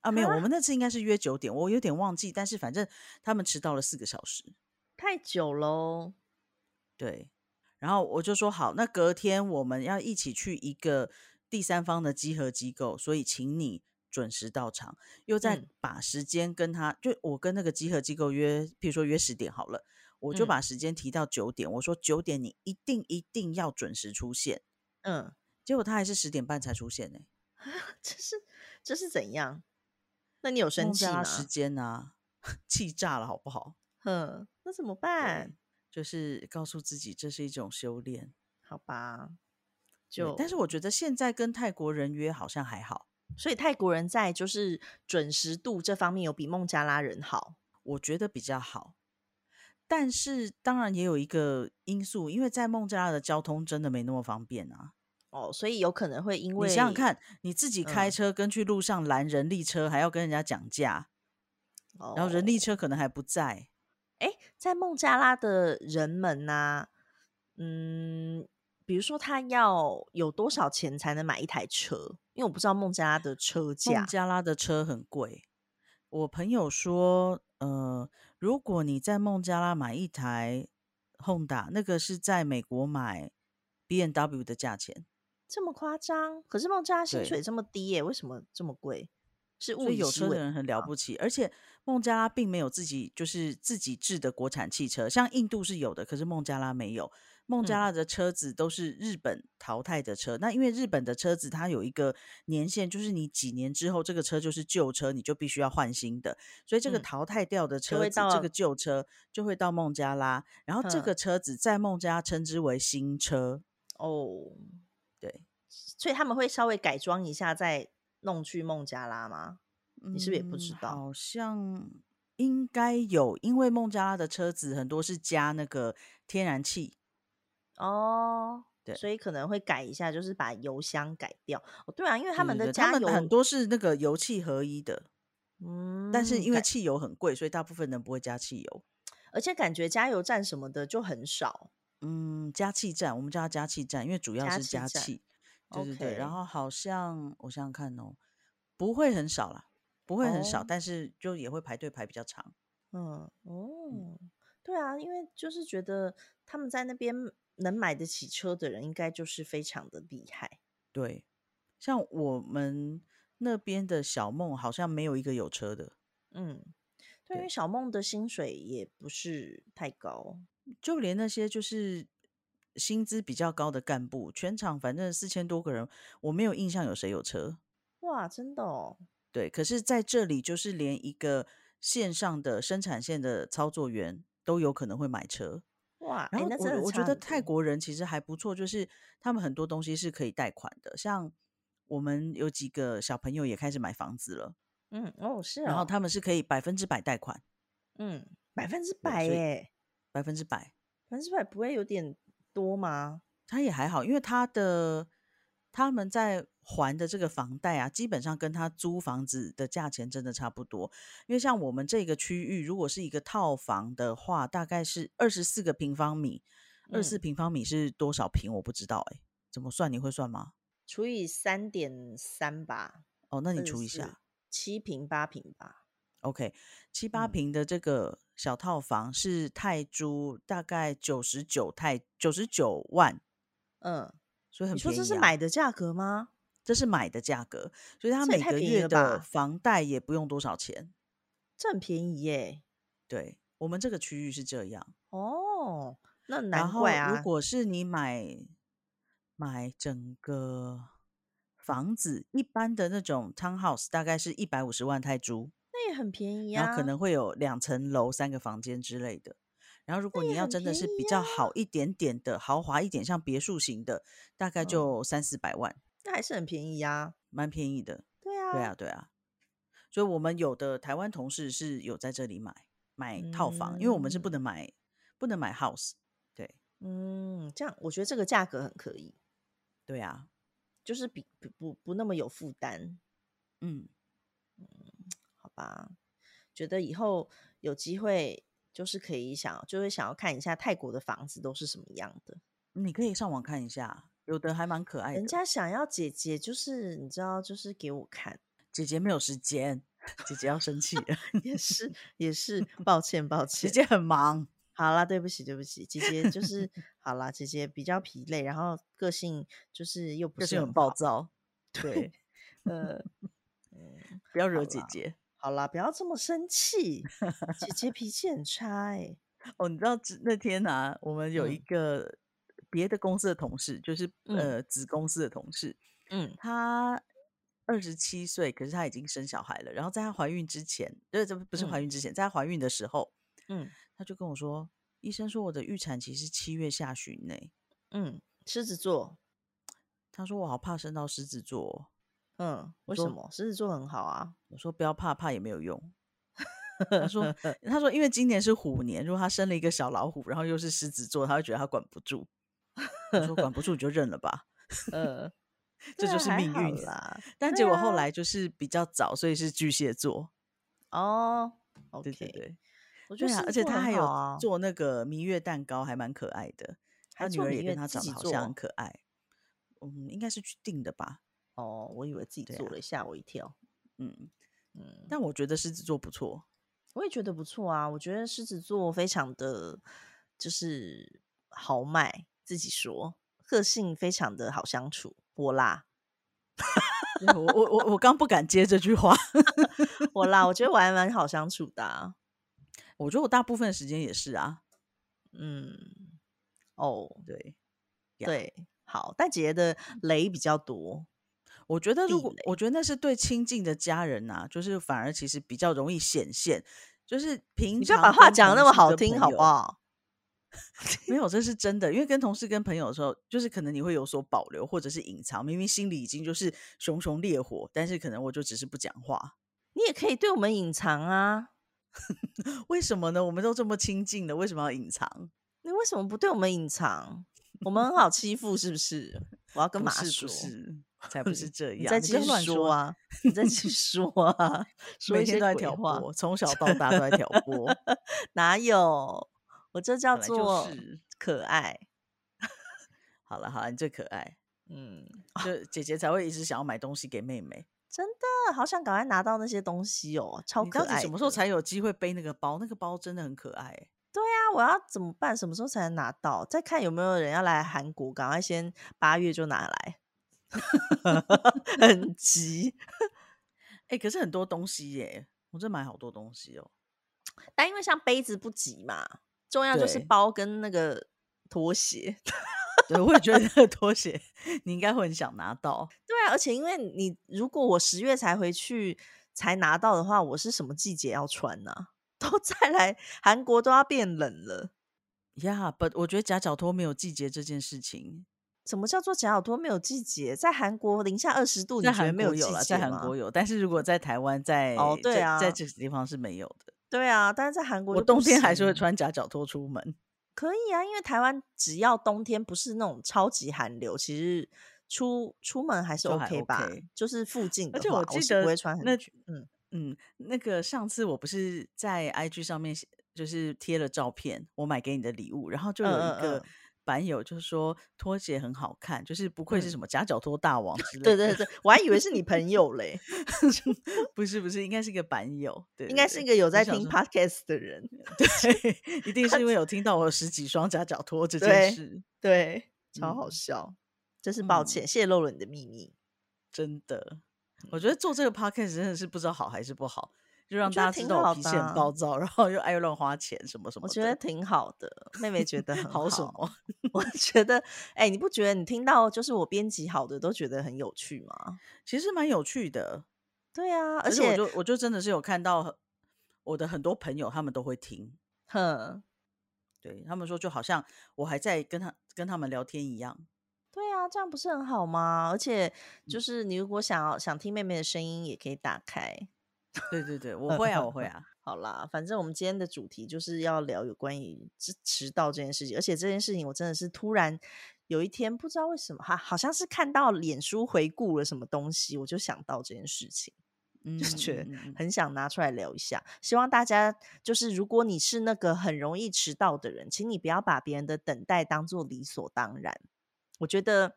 S1: 啊，没有，
S2: 哈
S1: 我们那次应该是约九点，我有点忘记，但是反正他们迟到了四个小时。
S2: 太久喽。
S1: 对，然后我就说好，那隔天我们要一起去一个第三方的集合机构，所以请你准时到场。又再
S2: 嗯
S1: 把时间跟他，就我跟那个集合机构约，譬如说约十点好了，我就
S2: 嗯
S1: 把时间提到九点，我说九点你一定一定要准时出现。
S2: 嗯，
S1: 结果他还是十点半才出现呢、
S2: 这是这是怎样？那你有生
S1: 孟
S2: 气
S1: 加拉
S2: 吗？
S1: 时间啊， 气炸了好不好？
S2: 嗯，那怎么
S1: 对
S2: 办？
S1: 就是告诉自己这是一种修炼。
S2: 好吧，
S1: 对
S2: 就
S1: 但是我觉得现在跟泰国人约好像还好。
S2: 所以泰国人在就是准时度这方面有比孟加拉人好。
S1: 我觉得比较好。但是当然也有一个因素，因为在孟加拉的交通真的没那么方便啊。
S2: 哦，所以有可能会因
S1: 你
S2: 为
S1: 想想看，你自己开
S2: 嗯
S1: 车跟去路上拦人力车，还要跟人家讲价，
S2: 哦，
S1: 然后人力车可能还不在。
S2: 哎，在孟加拉的人们呐、嗯，比如说他要有多少钱才能买一台车？因为我不知道孟加拉的车价
S1: 孟，加拉的车很贵，我朋友说，呃，如果你在孟加拉买一台 Honda，那个是在美国买 B N W 的价钱。
S2: 这么夸张？可是孟加拉薪
S1: 对
S2: 水这么低耶、为什么这么贵？是物
S1: 所以
S2: 以
S1: 有
S2: 稀
S1: 车的
S2: 为啊
S1: 人很了不起，而且孟加拉并没有自己就是自己制的国产汽车，像印度是有的，可是孟加拉没有。孟加
S2: 嗯
S1: 拉的车子都是日本淘汰的车，那因为日本的车子它有一个年限，就是你几年之后这个车就是旧车，你就必须要换新的，所以这个
S2: 嗯
S1: 淘汰掉的
S2: 就
S1: 车
S2: 会
S1: 子，这
S2: 到
S1: 个旧车就会到孟加拉，然后这
S2: 嗯
S1: 个车子在孟加拉称之为新车，
S2: 哦，
S1: 对，
S2: 所以他们会稍微改装一下再弄去孟加拉吗？
S1: 你
S2: 是不是也不知道
S1: 嗯好像应该有，因为孟加拉的车子很多是加那个天然气。
S2: 哦，
S1: 对
S2: 所以可能会改一下，就是把油箱改掉。哦，对啊，因为他们
S1: 对
S2: 的
S1: 对对他
S2: 加
S1: 们
S2: 油，
S1: 很多是那个油气合一的，
S2: 嗯，
S1: 但是因为
S2: 感
S1: 汽油很贵，所以大部分人不会加汽油。
S2: 而且感觉加油站什么的就很少。
S1: 嗯，加气站，我们叫它加气站，因为主要
S2: 加
S1: 是
S2: 气
S1: 加
S2: 站
S1: 气。对对对，
S2: OK
S1: 然后好像我想想看哦，不会很少啦，不会很少，
S2: 哦
S1: 但是就也会排队排比较长。
S2: 嗯，哦，对啊，因为就是觉得他们在那边能买得起车的人，应该就是非常的厉害。
S1: 对，像我们那边的小梦好像没有一个有车的。
S2: 嗯，对，因为
S1: 对
S2: 小梦的薪水也不是太高。
S1: 就连那些就是薪资比较高的干部，全场反正四千多个人，我没有印象有谁有车。
S2: 哇，真的哦，
S1: 对，可是在这里就是连一个线上的生产线的操作员都有可能会买车。
S2: 哇，哎、
S1: 然后
S2: 那真的
S1: 我我觉
S2: 差
S1: 得
S2: 很
S1: 泰
S2: 多
S1: 国人其实还不错，就是他们很多东西是可以贷款的，像我们有几个小朋友也开始买房子了，
S2: 嗯，哦，是哦，
S1: 然后他们是可以百分之百贷款，
S2: 嗯，百分之
S1: 对
S2: 百
S1: 所以
S2: 耶，
S1: 百分之百。
S2: 百分之百不会有点多吗？
S1: 他也还好，因为他的他们在还的这个房贷啊，基本上跟他租房子的价钱真的差不多。因为像我们这个区域，如果是一个套房的话，大概是二十四个平方米，二十四
S2: 嗯
S1: 平方米是多少平？我不知道哎、怎么算？你会算吗？
S2: 除以三点三吧，
S1: 哦，那你
S2: 24
S1: 除一下。，
S2: 七平八平吧，
S1: OK，七八
S2: 嗯
S1: 平的这个小套房是泰铢，大概九十九泰九十九万，
S2: 嗯，
S1: 所以很
S2: 你说
S1: 便宜、啊。
S2: 这是买的价格吗？
S1: 这是买的价格，所以他
S2: 这也
S1: 每
S2: 太
S1: 个
S2: 便宜
S1: 月
S2: 了
S1: 的
S2: 吧
S1: 房贷也不用多少钱。
S2: 这很便宜耶，
S1: 对我们这个区域是这样。
S2: 哦，那
S1: 然
S2: 难
S1: 后
S2: 怪
S1: 如
S2: 啊，
S1: 果是你买买整个房子一般的那种 townhouse 大概是一百五十万泰铢，
S2: 那也很便宜啊，
S1: 然后可能会有两层楼、三个房间之类的。然后如果
S2: 那
S1: 你
S2: 也
S1: 要
S2: 很
S1: 真的
S2: 便
S1: 是比
S2: 宜
S1: 较
S2: 啊
S1: 好一点点的、豪华一点，像别墅型的，大概
S2: 嗯
S1: 就三四百万，
S2: 那还是很便宜啊。
S1: 蛮便宜的。
S2: 对啊，
S1: 对啊，，对啊。所以我们有的台湾同事是有在这里买买套房，因为我们是不能买不能买 house。对
S2: 嗯，这样我觉得这个价格很可以，
S1: 对啊，
S2: 就是比不不不那么有负担，
S1: 嗯，
S2: 好吧？觉得以后有机会就是可以想，就会想要看一下泰国的房子都是什么样的。
S1: 你可以上网看一下，有的还蛮可爱的。
S2: 人家想要姐姐，就是你知道，就是给我看，
S1: 姐姐没有时间，姐姐要生 气了，
S2: 也是也是，抱歉抱
S1: 姐
S2: 歉，
S1: 姐很忙。
S2: 好啦，对不起，对不起，姐姐就是好啦，姐姐比较疲累，然后个性就是又不
S1: 个
S2: 是
S1: 性很暴
S2: 好，
S1: 躁，对，
S2: 呃，嗯，
S1: 不要
S2: 好
S1: 惹姐
S2: 啦
S1: 姐
S2: 好啦，不要这么生气，姐姐脾气很差哎、
S1: 哦。你知道之那天啊，我们有一
S2: 嗯
S1: 个别的公司的同事，就是、
S2: 嗯
S1: 呃子公司的同事，
S2: 嗯
S1: 她二十七岁，可是她已经生小孩了。然后在她怀孕之前，对，这不是怀
S2: 嗯
S1: 孕之前，在她怀孕的时候，
S2: 嗯
S1: 她就跟我说，医生说我的预产期是七月下旬呢、
S2: 嗯，狮子座，
S1: 她说我好怕生到狮子座哦、
S2: 嗯，为
S1: 说
S2: 什么狮子座很好啊？
S1: 我说不要怕，怕也没有用。 他 说：“他说，因为今年是虎年，如果他生了一个小老虎，然后又是狮子座，他会觉得他管不住。我说管不住你就认了吧，
S2: 呃，
S1: 这
S2: 对
S1: 就
S2: 啊
S1: 是
S2: 还
S1: 命
S2: 好
S1: 运。
S2: 啦。
S1: 但
S2: 对
S1: 结果后
S2: 啊
S1: 来就是比较早，所以是巨蟹座。
S2: 哦，OK，
S1: 对对对，
S2: 我觉
S1: 对
S2: 得、
S1: 啊，而且他还有
S2: 啊，
S1: 做那个蜜月蛋糕，还蛮可爱的。
S2: 还
S1: 他女
S2: 做
S1: 儿
S2: 蜜
S1: 也
S2: 月
S1: 跟他
S2: 自
S1: 长
S2: 己
S1: 得好像很
S2: 做
S1: 可爱。嗯，应该是去订的吧。
S2: 哦，我以为自己
S1: 对
S2: 做
S1: 啊
S2: 了，吓我一跳。
S1: 嗯，
S2: 嗯，
S1: 但我觉得狮子座不错。
S2: 我也觉得不错啊。我觉得狮子座非常的就是豪迈，自己说个性非常的好相处。我啦，
S1: 对我我我我刚不敢接这句 话。
S2: 我啦，我觉得我还蛮好相处的啊、
S1: 我觉得我大部分时间也是啊。
S2: 嗯，哦，嗯
S1: 对，呀
S2: 对，好，但姐姐的雷比较多。
S1: 我觉得如
S2: 地
S1: 果我觉得那是对亲近的家人呐、就是反而其实比较容易显现，就是平
S2: 你不
S1: 常
S2: 要把话
S1: 跟
S2: 讲得那
S1: 同
S2: 么
S1: 事
S2: 好
S1: 跟
S2: 听，
S1: 朋
S2: 好
S1: 友
S2: 不？好？
S1: 没有，这是真的，因为跟同事跟朋友的时候，就是可能你会有所保留或者是隐藏，明明心里已经就是熊熊烈火，但是可能我就只是不讲话。
S2: 你也可以对我们隐藏啊。
S1: 为什么呢？我们都这么亲近了，为什么要隐藏？
S2: 你为什么不对我们隐藏？我们很好欺负是不是？我要跟
S1: 不
S2: 马
S1: 是
S2: 说，
S1: 不 是，才不是这
S2: 你
S1: 样，
S2: 再
S1: 你
S2: 继
S1: 不要
S2: 续
S1: 乱
S2: 说啊，你再继续说 啊，说
S1: 每
S2: 一
S1: 天
S2: 些
S1: 都在
S2: 鬼
S1: 挑
S2: 话，
S1: 拨，从小到大都在挑 拨，
S2: 哪有？我这叫
S1: 本来就
S2: 做
S1: 是。
S2: 可爱。
S1: 好了好了，你最可爱。
S2: 嗯，
S1: 就姐姐才会一直想要买东西给妹妹。
S2: 真的好想赶快拿到那些东西哦，超
S1: 你
S2: 可
S1: 到底
S2: 爱的。
S1: 什么时候才有机会背那个包？那个包真的很可爱欸、
S2: 啊那我要怎么办？什么时候才能拿到？再看有没有人要来韩国，赶快先八月就拿来， 很急。
S1: 哎、可是很多东西耶、我真买好多东西哦、
S2: 但因为像杯子不急嘛，重要就是
S1: 对
S2: 包跟那个拖鞋。
S1: 对，我也觉得那个拖鞋你应该会很想拿到。
S2: 对啊，而且因为你如果我十月才回去才拿到的话，我是什么季节要穿呢、 都再来韩国都要变冷了。
S1: 呀、yeah,，but 我觉得夹脚拖没有季节这件事情，
S2: 什么叫做假脚拖没有季节？在韩国零下二十哦度，你
S1: 在
S2: 觉得
S1: 韩
S2: 没有
S1: 国
S2: 季
S1: 有啦，在
S2: 节
S1: 韩
S2: 吗
S1: 国有，但是如果在台湾，在
S2: 哦对
S1: 在
S2: 啊
S1: 在这个地方是没有的。
S2: 对啊，但是在韩国
S1: 我
S2: 就不
S1: 冬天还是会
S2: 行
S1: 穿夹脚拖出门。
S2: 可以啊，因为台湾只要冬天不是那种超级寒流，其实出出门还是
S1: 就还
S2: OK 吧
S1: OK
S2: 就是附近的
S1: 而且
S2: 话，
S1: 我
S2: 我
S1: 记
S2: 是
S1: 得
S2: 不会穿很
S1: 那
S2: 久。嗯
S1: 嗯，那个上次我不是在 IG 上面写就是贴了照片，我买给你的礼物，然后就有
S2: 嗯
S1: 一
S2: 嗯
S1: 个
S2: 嗯
S1: 版友就说拖鞋很好看，就是不愧是
S2: 嗯
S1: 什么夹脚拖大王之类
S2: 对
S1: 的。
S2: 对对，我还以为是你朋友嘞，
S1: 不是不是，应该是一个版友，对，
S2: 应该是一个有在听
S1: p
S2: podcast 的人。
S1: 对， 一定是因为有听到我有十几双夹脚拖这
S2: 对
S1: 件事，
S2: 对，超好
S1: 嗯
S2: 笑，真是抱
S1: 嗯
S2: 歉泄露了你的秘密。
S1: 真的，我觉得做这个 podcast 真的是不知道好还是不好。就让
S2: 觉
S1: 大家
S2: 得
S1: 知
S2: 挺
S1: 道我
S2: 好
S1: 脾
S2: 的
S1: 气很
S2: 啊
S1: 暴躁， 然后又爱乱花钱什么什么
S2: 我
S1: 的。
S2: 觉得挺好的，妹妹觉 得很
S1: 好哦什
S2: 好
S1: 么？
S2: 我觉得，哎、你不觉得你听到就是我编辑好的都觉得很有趣吗？
S1: 其实蛮有趣的，
S2: 对啊，
S1: 我
S2: 而且，
S1: 就我就真的是有看到很我的很多朋友他们都会听，
S2: 哼，
S1: 对他们说就好像我还在跟他跟他们聊天一样。
S2: 对啊，这样不是很好吗？而且，就是你如果想要想听妹妹的声音，也可以打开。
S1: 对对对，我会啊，我会 啊。
S2: 好啦，反正我们今天的主题就是要聊有关于迟迟到这件事情，而且这件事情我真的是突然有一天不知道为什么哈，好像是看到脸书回顾了什么东西，我就想到这件事情，
S1: 嗯，
S2: 就是觉得
S1: 嗯嗯嗯
S2: 很想拿出来聊一下。希望大家就是如果你是那个很容易迟到的人，请你不要把别人的等待当做理所当然。我觉得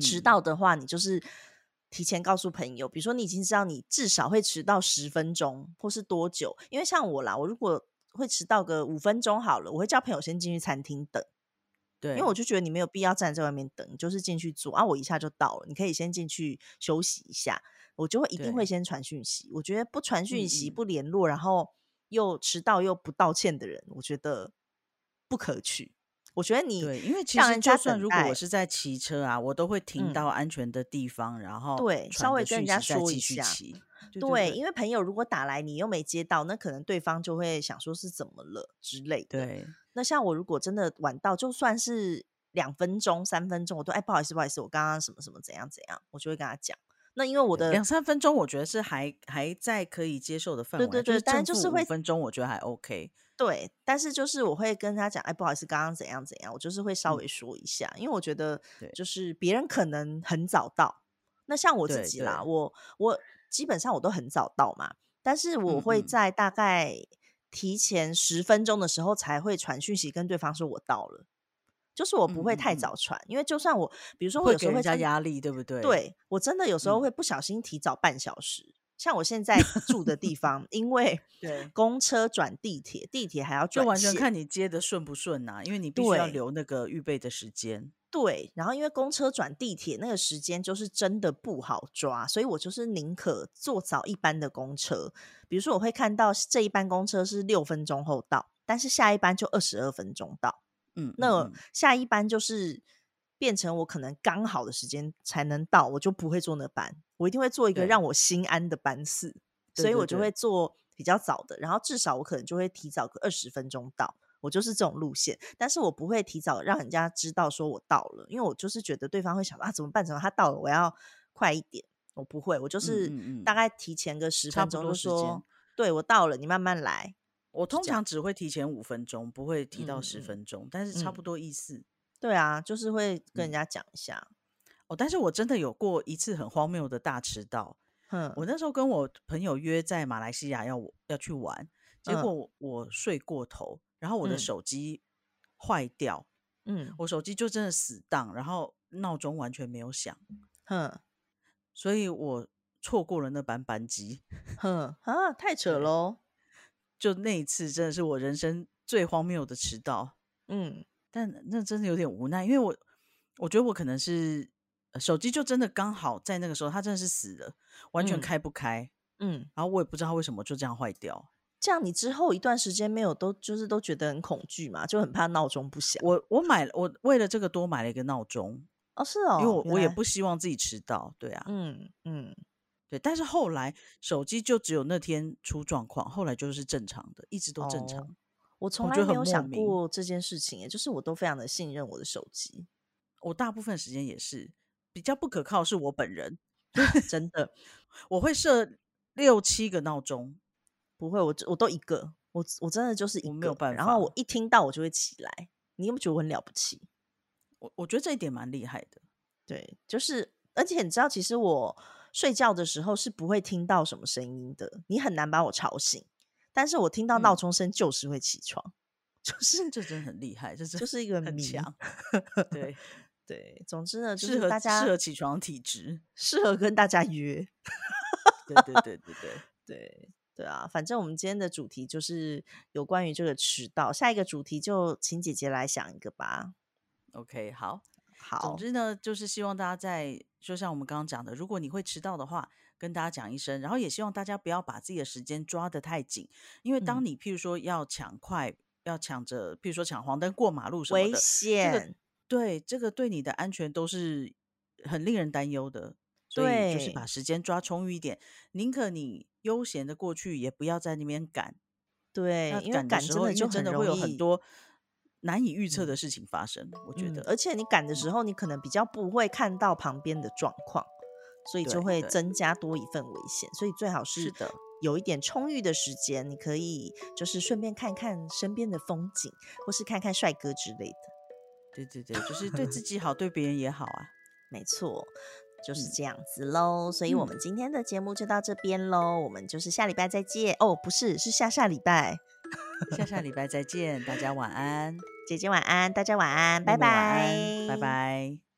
S2: 迟
S1: 嗯
S2: 到的话，你就是提前告诉朋友，比如说你已经知道你至少会迟到十分钟或是多久，因为像我啦，我如果会迟到个五分钟好了，我会叫朋友先进去餐厅等，
S1: 对，
S2: 因为我就觉得你没有必要站在外面等，你就是进去坐啊，我一下就到了，你可以先进去休息一下，我就会一定会
S1: 对
S2: 先传讯息。我觉得不传讯息、
S1: 嗯
S2: 不联络，然后又迟到又不道歉的人，我觉得不可取。我觉得你
S1: 对，因为其
S2: 让
S1: 实
S2: 人
S1: 就
S2: 家
S1: 算
S2: 等
S1: 如果
S2: 待
S1: 我是在骑车啊，我都会停
S2: 嗯
S1: 到安全的地方，然后
S2: 对
S1: 传
S2: 稍微
S1: 个
S2: 跟
S1: 讯
S2: 人家
S1: 息再
S2: 说
S1: 继
S2: 一
S1: 续
S2: 下
S1: 骑。对对
S2: 对，因为朋友如果打来你又没接到，那可能对方就会想说是怎么了之类的。
S1: 对
S2: 那像我如果真的晚到，就算是两分钟、三分钟，我都哎不好意思，不好意思，我刚刚什么什么怎样怎样，我就会跟他讲。那因为我
S1: 对，
S2: 的
S1: 两三分钟我觉得是还还在可以接受的范围
S2: 对
S1: 内，
S2: 对对但
S1: 正
S2: 是就
S1: 负
S2: 是会
S1: 五分钟，我觉得还 OK。
S2: 对，但是就是我会跟他讲，哎，不好意思，刚刚怎样怎样，我就是会稍
S1: 嗯
S2: 微说一下，因为我觉得
S1: 对
S2: 就是别人可能很早到，那像我自
S1: 对
S2: 己啦，
S1: 对
S2: 我我基本上我都很早到嘛，但是我
S1: 嗯
S2: 会
S1: 嗯
S2: 在大概提前十分钟的时候才会传讯息跟对方说我到了，就是我不
S1: 嗯
S2: 会
S1: 嗯
S2: 太
S1: 嗯
S2: 早传，因为就算我，比如说我
S1: 会
S2: 有时
S1: 给
S2: 候
S1: 人
S2: 会
S1: 家
S2: 真
S1: 压力，对不对？，
S2: 对我真的有时
S1: 嗯
S2: 候会不小心提早半小时。像我现在住 的地方，因为
S1: 对
S2: 公车转地铁，地铁还要
S1: 就
S2: 转
S1: 完全
S2: 线
S1: 看你接的顺不顺呐、因为你必须要
S2: 对
S1: 留那个预备的时间。
S2: 对，然后因为公车转地铁那个时间就是真的不好抓，所以我就是宁可坐早一班的公车。比如说，我会看到这一班公车是六分钟后到，但是下一班就二十二分钟到，
S1: 嗯，嗯
S2: 那
S1: 嗯
S2: 下一班就是变成我可能刚好的时间才能到，我就不会坐那班，我一定会坐一个
S1: 对
S2: 让我心安的班次，
S1: 对
S2: 所以
S1: 对
S2: 我就
S1: 对
S2: 会坐比较早的，然后至少我可能就会提早个二十分钟到。我就是这种路线，但是我不会提早让人家知道说我到了，因为我就是觉得对方会想啊怎么办？怎么办他到了，我要快一点。我不会，我就
S1: 嗯
S2: 是
S1: 嗯
S2: 大
S1: 嗯
S2: 概提前个十
S1: 差
S2: 分
S1: 不
S2: 钟
S1: 多
S2: 就
S1: 时间
S2: 说，对我到了，你慢慢来。
S1: 我通
S2: 这样
S1: 常只会提前五分钟，不会提到
S2: 嗯
S1: 十
S2: 嗯
S1: 分钟，但是差不
S2: 嗯
S1: 多意思。
S2: 对啊，就是会跟
S1: 嗯
S2: 人家讲一下。
S1: 哦，但是我真的有过一次很荒谬的大迟到。
S2: 哼，
S1: 我那时候跟我朋友约在马来西亚要我要去玩，结
S2: 嗯
S1: 果我我睡过头，然后我的
S2: 嗯
S1: 手机坏掉，
S2: 嗯
S1: 我手机就真的死档，然后闹钟完全没有响，
S2: 哼
S1: 所以我错过了那班班机。
S2: 哼啊，太扯
S1: 对
S2: 喽。
S1: 就那一次真的是我人生最荒谬的迟到，
S2: 嗯
S1: 但那真的有点无奈，因为我我觉得我可能是呃手机就真的刚好在那个时候，它真的是死了，完全
S2: 嗯
S1: 开不开，
S2: 嗯，
S1: 然后我也不知道为什么就这样坏掉。
S2: 这样你之后一段时间没有都就是都觉得很恐惧嘛，就很怕闹钟不响。
S1: 我我买了，我为了这个多买了一个闹钟，
S2: 哦，是哦，
S1: 因为我
S2: 原
S1: 我也
S2: 来
S1: 不希望自己迟到，对啊，
S2: 嗯嗯，
S1: 对。但是后来手机就只有那天出状况，后来就是正常的，一直都正常。
S2: 哦我从
S1: 我
S2: 来
S1: 觉得
S2: 没
S1: 很
S2: 有
S1: 莫
S2: 想
S1: 名
S2: 过这件事情耶，就是我都非常的信任我的手机，
S1: 我大部分时间也是比较不可靠，是我本人，
S2: 真的
S1: 我会设六七个闹钟，
S2: 不会，我只我都一个，我我真的就是一
S1: 我没有
S2: 个，
S1: 办
S2: 然后我
S1: 法
S2: 一听到我就会起来，你有没有觉得我很了不起？
S1: 我我觉得这一点蛮厉害的。
S2: 对，就是，而且你知道，其实我睡觉的时候是不会听到什么声音的，你很难把我吵醒。但是我听到闹
S1: 嗯
S2: 钟声就是会起床， 就是
S1: 这真的很厉害，这真
S2: 就
S1: 的
S2: 是一个
S1: 很
S2: 谜。
S1: 强，对，
S2: 对，总之呢，就
S1: 适
S2: 是大
S1: 合
S2: 家
S1: 适合起床体质，
S2: 适合跟大家约。
S1: 对对对对 对，
S2: 对对啊，反正我们今天的主题就是有关于这个迟到，下一个主题就请姐姐来想一个吧。
S1: OK，好，总
S2: 好，
S1: 之呢，就是希望大家在就像我们刚刚讲的，如果你会迟到的话，跟大家讲一声，然后也希望大家不要把自己的时间抓得太紧，因为当
S2: 嗯
S1: 你譬如说要抢快，要抢着，譬如说抢黄灯过马路什么
S2: 危
S1: 的，
S2: 险，
S1: 对这个对你的安全都是很令人担忧的。所以就是
S2: 对
S1: 把时间抓充裕一点，宁可你悠闲的过去，也不要在那边赶。那
S2: 对，因为
S1: 赶的
S2: 赶
S1: 时
S2: 真
S1: 候，
S2: 的
S1: 因为
S2: 就
S1: 真
S2: 很
S1: 的会有
S2: 容
S1: 很
S2: 易。
S1: 多难以预测的事情发生。我觉
S2: 嗯
S1: 得，
S2: 而且你赶的时候，你可能比较不会看到旁边的状况，所以
S1: 对
S2: 就会
S1: 对
S2: 增加多一份危险。所以最好
S1: 是
S2: 是
S1: 的
S2: 有一点充裕的时间，你可以就是顺便看看身边的风景，或是看看帅哥之类的。
S1: 对对对，就是对 自己好，对别人也好啊。
S2: 没错，就是
S1: 嗯
S2: 这样子喽。所以我
S1: 嗯
S2: 们今天的节目就到这边喽，我们就是下礼拜再见。哦，不是，是下下礼拜。
S1: 下下礼拜再见，大家晚安，
S2: 姐姐晚安，大家晚安，拜
S1: 妹妹晚安，拜
S2: 拜，
S1: 拜。